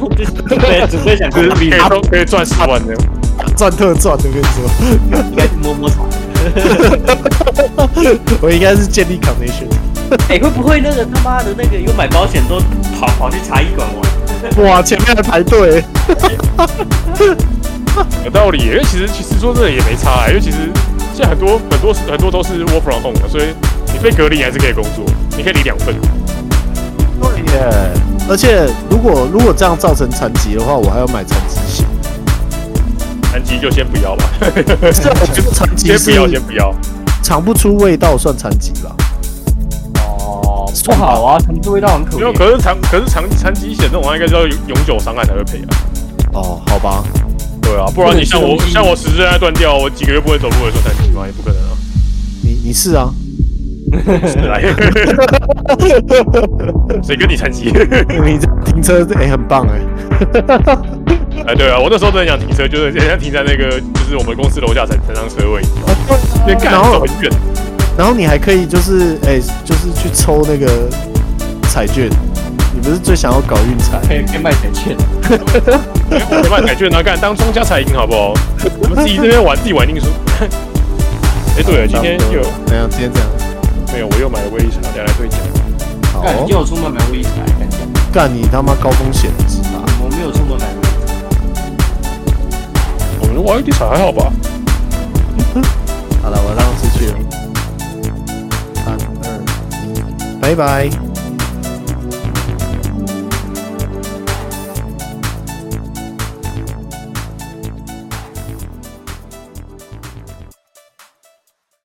D: 我就是准备准备想
A: 哦
C: 就是
D: 应
C: 你可以说可以赚十万的，
B: 赚特赚。我跟你说，
D: 该去摸摸草。
B: 我应该是建立 connection。
D: 哎、会不会那个他妈的那个有买保险都跑跑去茶艺馆玩？
B: 哇，前面还排队，
C: 有道理耶。因为其实其实说真的也没差啊，因为其实现在很多很多很多都是 work from home 的，所以你被隔离你还是可以工作，你可以领两份。
B: 对耶。而且如果如果这样造成残疾的话，我还要买残疾险。
C: 残疾就先不要吧，
B: 这我 觉得残疾
C: 先不要
B: 是
C: 先不要。
B: 尝不出味道算残疾吧？
D: 哦，不好啊，他们这味道很可
C: 因为
D: 怜。
C: 可是残可是残残疾险这种话应该是要永久伤害才会赔啊。
B: 哦，好吧，
C: 对啊，不然你像我像我十字韧带断掉，我几个月不会走路的时候才行吗？也不可能啊。
B: 你你是 啊。
C: 谁跟你残疾？
B: 你这停车哎、很棒哎、
C: 哎，对啊，我那时候真的想停车，就是人家停在那个就是我们公司楼下才才上车位，因为干
B: 然
C: 走
B: 后
C: 很远。
B: 然后你还可以就是哎、就是去抽那个彩券，你不是最想要搞运彩？
D: 可以可以卖彩券，
C: 我们卖彩券啊，干当庄家才赢好不好？我们自己这边玩自己玩定输。 哎，对了，今天又
B: 怎啊样？今天这样？
C: 没有，我又买了威力茶，两来兑奖。
B: 好
D: 干
B: 哦
D: 你，有出门买微彩，感觉
B: 干你他妈高风险的直达！
D: 我没有出门买微彩。
C: 我们玩威力茶还好吧？
B: 好了，我让他出去了。三二一，拜拜。